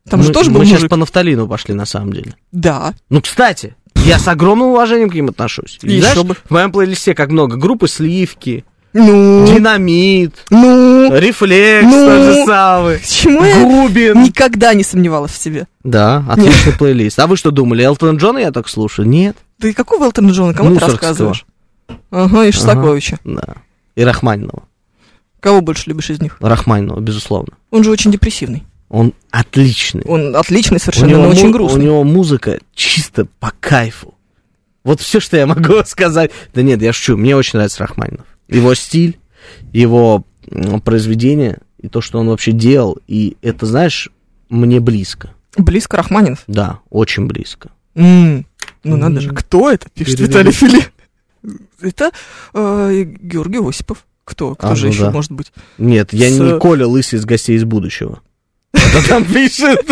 Там же мы- тоже был Мы сейчас мужик. по нафталину пошли, на самом деле. Да. Ну, кстати, я с огромным уважением к ним отношусь. Еще Знаешь, бы. в моем плейлисте как много. Группы «Сливки», Ну, «Динамит», Э, ну, «Рефлекс» Ну. тот же самый. почему я Губин. никогда не сомневалась в себе? Да, отличный плейлист. А вы что думали, Элтон Джона я так слушаю? Нет. Да и какого Элтона Джона? Кому ты Мусоргского. рассказываешь? Ага, и Шостаковича. Да. И Рахманинова. Кого больше любишь из них? Рахманинова, безусловно. Он же очень депрессивный. Он отличный. Он отличный совершенно, но му- очень у грустный. него музыка чисто по кайфу. Вот все, что я могу *laughs* сказать. Да нет, я шучу. Мне очень нравится Рахманинов. Его стиль, его м, произведение и то, что он вообще делал. И это, знаешь, мне близко. Близко Рахманинов. Да, очень близко. М, Ну надо же, М. кто это, пишет Перевели. Виталий Фили. Это э, Георгий Осипов. Кто? Кто А, же ну еще да. может быть? Нет, я С- не Коля Лысый из «Гостей из будущего». *laughs* Это там пишет.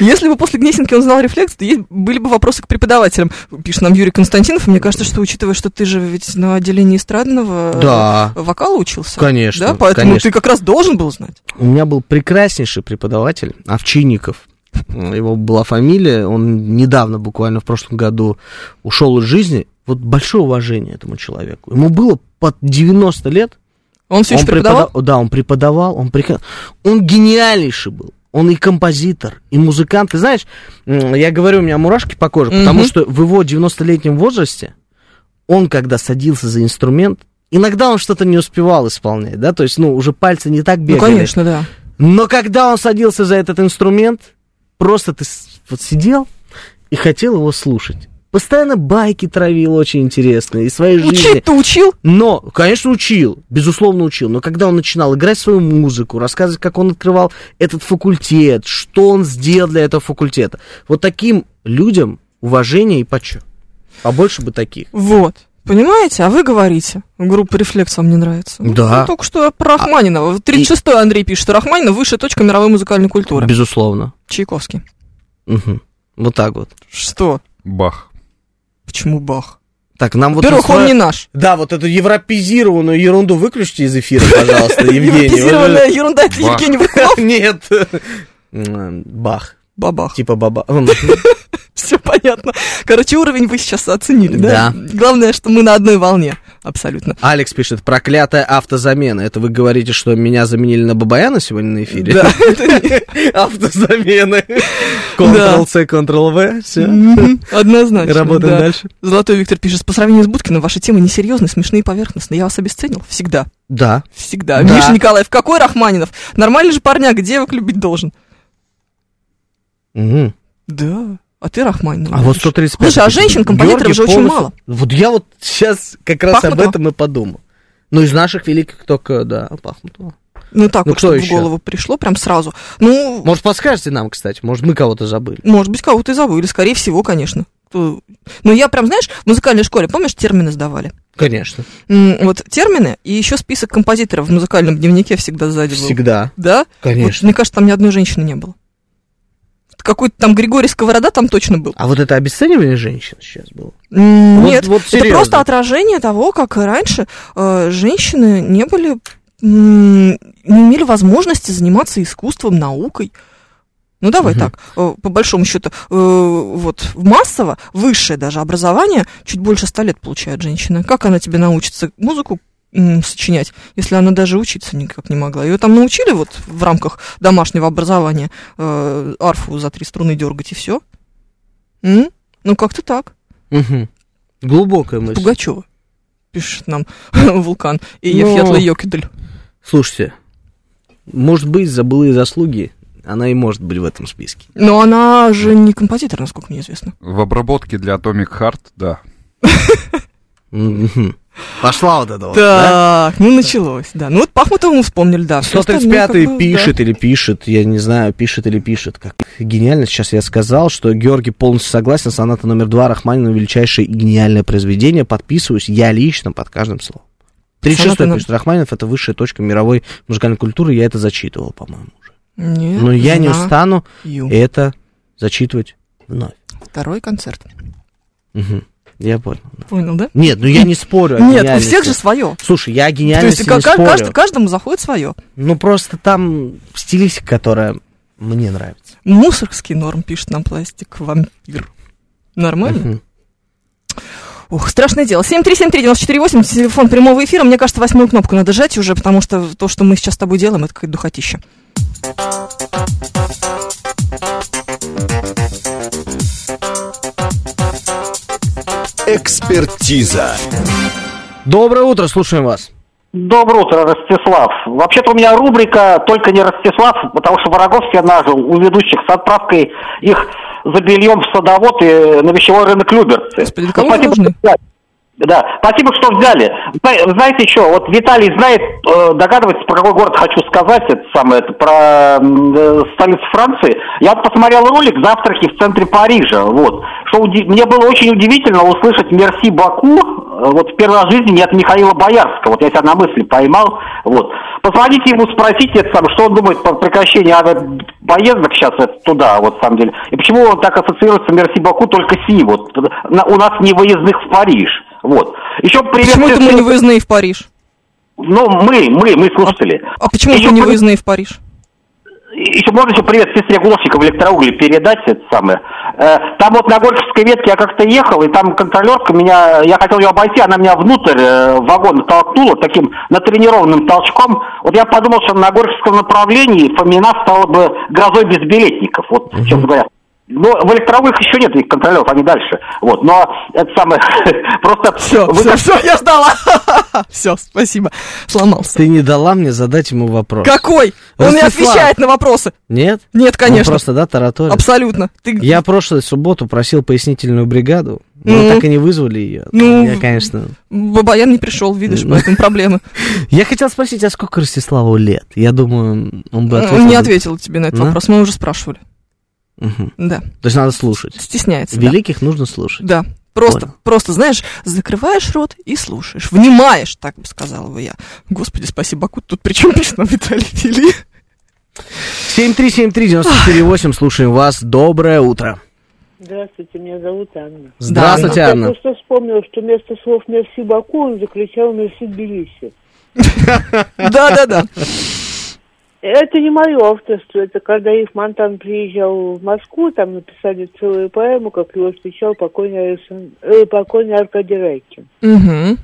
Если бы после Гнесинки он знал рефлекс, то есть были бы вопросы к преподавателям. Пишет нам Юрий Константинов. Мне кажется, что учитывая, что ты же ведь на отделении эстрадного э, Да, вокала учился. конечно. Да, поэтому конечно. ты как раз должен был знать. У меня был прекраснейший преподаватель Овчинников. Его была фамилия. Он недавно, буквально в прошлом году, ушел из жизни. Вот большое уважение этому человеку. Ему было под 90 лет. Он все еще он преподавал? препода- Да, он преподавал. Он, прека- он гениальнейший был. Он и композитор, и музыкант. Ты знаешь, м, я говорю, у меня мурашки по коже, потому Мгм. что в его 90-летнем возрасте он, когда садился за инструмент, иногда он что-то не успевал исполнять, да, то есть, ну, уже пальцы не так бегали. Ну, конечно, да. Но когда он садился за этот инструмент, просто ты с- вот сидел и хотел его слушать. Постоянно байки травил очень интересные из своей жизни. Учить-то учил? Но, конечно, учил, безусловно учил, но когда он начинал играть свою музыку, рассказывать, как он открывал этот факультет, что он сделал для этого факультета, вот таким людям уважение и почет. Побольше бы таких. Вот. Понимаете? А вы говорите, группа «Рефлекс» вам не нравится. Ну, Да. А ну, только что про Рахманинова. 36-й Андрей пишет, что Рахманинов высшая точка мировой музыкальной культуры. Безусловно. Чайковский. Мгм. Вот так вот. Что? Бах. Почему бах? Так, нам вот... Во-первых, он настро- не наш. Да, вот эту европезированную ерунду выключите из эфира, пожалуйста, *laughs* Евгений. Европезированная ерунда, это Бах. Евгений Вахнов. *laughs* Нет. М, Бах. Бабах. Типа баба. *laughs* М, *laughs* Все понятно. Короче, уровень вы сейчас оценили, да? Да. Главное, что мы на одной волне. Абсолютно. Алекс пишет, проклятая автозамена. Это вы говорите, что меня заменили на Бабаяна сегодня на эфире? *laughs* Да. *laughs* Автозамены. Ctrl-C, Ctrl-V, все. Мгм. Однозначно. Работаем да. дальше. Золотой Виктор пишет, по сравнению с Будкиным, ваши темы несерьезны, смешные и поверхностные. Я вас обесценил. Всегда. Да. Всегда. Да. Миша Николаев, какой Рахманинов? Нормальный же парняк, девок любить должен. Мгм. Да. А ты Рахманинов. А вот любишь. 135. Слушай, а женщин-композиторов же Георгий очень полностью- мало. Вот я вот сейчас как раз об Пахмутова? этом и подумал. Ну, из наших великих только, да, Пахмутова. Ну так Ну, вот, кто чтобы в еще? голову пришло прям сразу. Ну, Может, подскажете нам, кстати? Может, мы кого-то забыли? Может быть, кого-то и забыли, скорее всего, конечно. Кто- Но я прям, знаешь, в музыкальной школе, помнишь, термины сдавали? Конечно. М, Вот термины и еще список композиторов в музыкальном дневнике всегда сзади был. Всегда. Да? Вот, Конечно. мне кажется, там ни одной женщины не было. Какой-то там Григорий Сковорода там точно был. А вот это обесценивание женщин сейчас было? М, Вот- Нет, вот это серьезно. просто отражение того, как раньше э, женщины не были, м, не имели возможности заниматься искусством, наукой. Ну давай Мгм. так, э, по большому счету, э, вот массово высшее даже образование чуть больше ста лет получает женщина. Как она тебе научится музыку м, сочинять, если она даже учиться никак не могла? Ее там научили вот в рамках домашнего образования э, арфу за три струны дергать и все? Ну, как-то так. Мгм. Глубокая мысль. Пугачева. Пишет нам *laughs* вулкан. И Евьятла Йокидель. Слушайте, может быть, за былые заслуги она и может быть в этом списке. Но она же не композитор, насколько мне известно. В обработке для Atomic Heart, да. Мгм. Пошла вот это вот, да? Так, ну началось, да. Ну вот Пахмутова мы вспомнили, А да. Всё остальное как 135-й бы, пишет или пишет, я не знаю, пишет или пишет. Как гениально сейчас я сказал, что Георгий полностью согласен, соната номер два Рахманина величайшее и гениальное произведение. Подписываюсь я лично под каждым словом. 36 Соната на- пишет, Рахманинов это высшая точка мировой музыкальной культуры, я это зачитывал, по-моему, уже. да. Не Но я не знаю. устану Ю. это зачитывать вновь. Второй концерт. Мгм. Я понял. Понял, да? Нет, ну я не спорю. о Нет, у гениальности. всех же свое. Слушай, я о То есть гениальности ка- не ка- спорю. кажд- каждому заходит свое. Ну просто там стилистика, которая мне нравится. Мусорский норм пишет нам пластик вампир. Нормально? Мгм. Ух, страшное дело. 7373948, телефон прямого эфира. Мне кажется, восьмую кнопку надо жать уже, потому что то, что мы сейчас с тобой делаем, это какая-то духотища. Экспертиза. Доброе утро, слушаем вас. Доброе утро, Ростислав. Вообще-то у меня рубрика «Только не Ростислав», потому что врагов я нажил у ведущих с отправкой их за бельем в садовод и на вещевой рынок Люберцы. Ну, Господи, да кому спасибо, вы нужны? что взяли. Да, спасибо, что взяли. Зна- Знаете еще, вот Виталий знает, э, догадывается, про какой город хочу сказать, это самое, это про м, э, столицу Франции. Я вот посмотрел ролик «Завтраки в центре Парижа», вот. Что уди- Мне было очень удивительно услышать «Мерси Баку», э, вот в первый раз в жизни не от Михаила Боярского, вот я себя на мысли поймал, вот. Позвоните ему, спросите, это самое, что он думает по прекращении авиа- поездок сейчас это, туда, вот, в самом деле. И почему он так ассоциируется Мерси Баку только Си, вот, на- у нас не выездных в Париж, вот. Еще привет... Почему это мы всем- не выездные в Париж? Ну, мы, мы, мы слушатели. А почему Еще вы не при- выездные в Париж? Еще можно еще привет сестре Гуловщика в электроугле передать это самое. Э, Там вот на Горьковской ветке я как-то ехал, и там контролерка меня, я хотел ее обойти, она меня внутрь э, вагона толкнула таким натренированным толчком. Вот я подумал, что на Горьковском направлении Фомина стала бы грозой безбилетников, вот честно говоря. Но в электроуглях еще нет их контролеров, они дальше. Вот, но это самое, *laughs* просто... Все, вы все, как- все, я сдала. *laughs* Все, спасибо. Сломался. Ты не дала мне задать ему вопрос. Какой? Он не Ростислав. отвечает на вопросы. Нет? Он Нет, конечно. просто, да, тараторит? Абсолютно. Ты... Я прошлую субботу просил пояснительную бригаду, но Ну. так и не вызвали ее. Ну. Я, конечно... Бабаян не пришел, видишь, поэтому *laughs* проблемы. Я хотел спросить, а сколько Ростиславу лет? Я думаю, он бы ответил. Он не бы- ответил тебе на этот Да? вопрос, мы уже спрашивали. Мгм. Да, То есть надо слушать. стесняется. да. Великих нужно слушать. Да. Просто, Понял. просто, знаешь, закрываешь рот и слушаешь. Внимаешь, так бы сказала бы я. Господи, спасибо, Баку, тут *laughs* при чем пишет нам Виталий Фили? *laughs* 7373948, слушаем вас. Доброе утро. Здравствуйте, меня зовут Анна. Здравствуйте, Я Анна. просто вспомнила, что вместо слов «мерси Баку» он закричал «мерси Тбилиси». Да-да-да. Это не мое авторство, это когда Ив Монтан приезжал в Москву, там написали целую поэму, как его встречал покойный, Александ- э, покойный Аркадий Райкин. Мгм.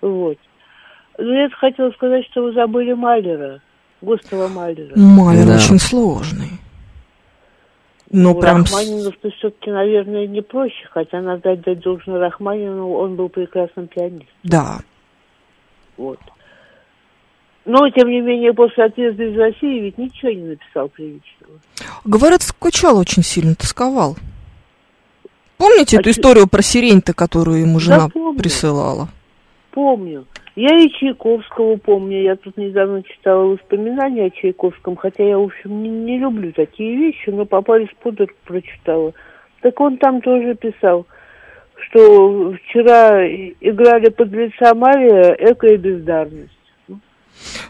Вот. Ну, я хотела сказать, что вы забыли Малера, Густава Малера. Малер Да. очень сложный. Ну, У прям... с- Рахманинов-то все-таки, наверное, не проще, хотя надо отдать должное Рахманину, он был прекрасным пианистом. Да. Вот. Но, тем не менее, после отъезда из России ведь ничего не написал приличного. Говорят, скучал очень сильно, тосковал. Помните А эту чё- историю про сирень-то, которую ему жена помню. присылала? Помню. Я и Чайковского помню. Я тут недавно читала воспоминания о Чайковском, хотя я, в общем, не, не люблю такие вещи, но попались под руку, прочитала. Так он там тоже писал, что вчера играли под лица Мария «Эко и бездарность».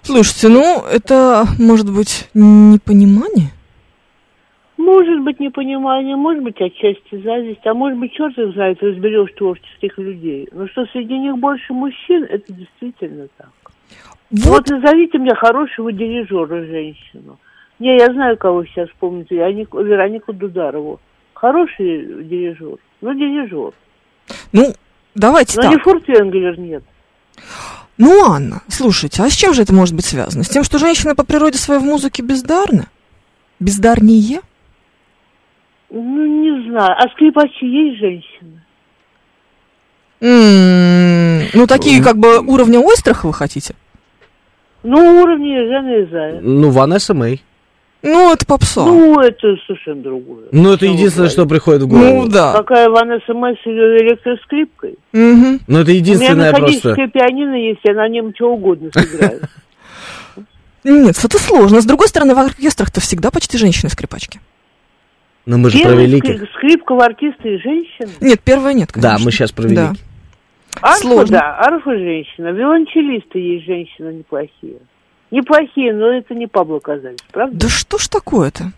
Слушайте, ну, это, может быть, непонимание? Может быть, непонимание, может быть, отчасти зависть, а может быть, черт их знает, разберешь творческих людей. Но что среди них больше мужчин, это действительно так. Вот, Вот, назовите мне хорошего дирижера женщину. Не, я знаю, кого сейчас помните, Веронику, Веронику Дударову. Хороший дирижер, ну дирижер. ну, давайте Но так. не Фуртвенгелер нет. Ну, Анна, слушайте, а с чем же это может быть связано? С тем, что женщины по природе своей в музыке бездарны? Бездарнее? Ну, не знаю. А скрипачи есть женщины? М, Ну, такие как бы уровня Ойстраха вы хотите? Ну, уровни Жена и Зая. Ну, Ванесса Мэй. Ну, это попса. Ну, это совершенно другое. Ну, это единственное, что приходит в голову. Ну, да. Какая Ванесса Мэй с ее электроскрипкой? Мгм. Ну, это У меня единственное просто. механическое пианино есть, я на нем что угодно *laughs* сыграю. Нет, это сложно. С другой стороны, в оркестрах-то всегда почти женщины-скрипачки. Но Ну, мы же про Первая великих. скри- скрипка в артисты и женщина. Нет, первая нет, конечно. Да, мы сейчас про Да. великих. Арфа, Сложно. да, арфа женщина. Виолончелисты есть женщины неплохие. Неплохие, но это не Пабло Казалес, правда? Да что ж такое-то?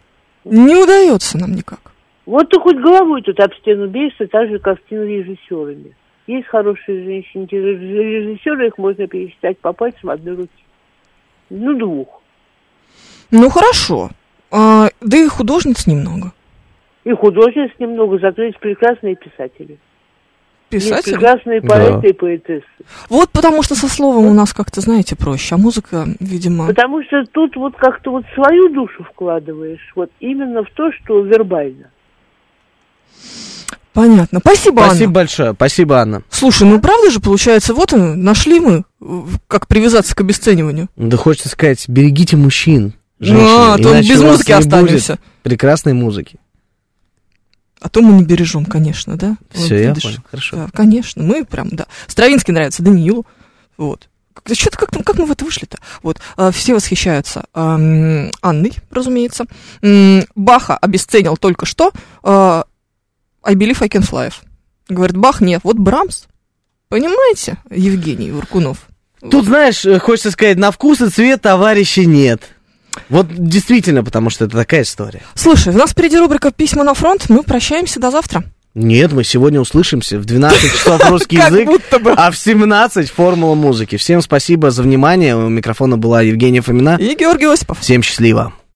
Не удается нам никак. Вот ты хоть головой тут об стену бейся, так же, как с кинорежиссерами. Есть хорошие женщины, те же режиссеры, их можно пересчитать по пальцам одной руки. Ну, двух. Ну, хорошо. А, да и художниц немного. И художниц немного, зато есть прекрасные писатели. Есть Писатель. прекрасные поэты и поэтессы. Вот потому что со словом у нас как-то, знаете, проще. А музыка, видимо... Потому что тут вот как-то вот свою душу вкладываешь, вот именно в то, что вербально. Понятно. Спасибо, Анна. Спасибо большое. Спасибо, Анна. Слушай, ну правда же, получается, вот он, нашли мы, э, как привязаться к обесцениванию. Да хочется сказать, берегите мужчин. женщины, а, то иначе без у вас музыки не останемся. будет Прекрасной музыки. А то мы не бережем, конечно, да? Всё, Вот я видишь. понял. Хорошо. Да, конечно, мы прям, да. Стравинский нравится, Даниилу. Вот. Что-то как, ну, как мы в это вышли-то? Вот. а, Все восхищаются ам, Анной, разумеется. М, Баха обесценил только что а, I believe I can fly. Говорит, Бах, нет, вот Брамс. Понимаете, Евгений Уркунов? Тут, знаешь, э, хочется сказать, на вкус и цвет товарищей нет. Вот действительно, потому что это такая история. Слушай, у нас впереди рубрика «Письма на фронт». Мы прощаемся до завтра. Нет, мы сегодня услышимся в 12 часов *laughs* русский Как язык, будто бы. а в 17 формула музыки. Всем спасибо за внимание. У микрофона была Евгения Фомина. И Георгий Осипов. Всем счастливо.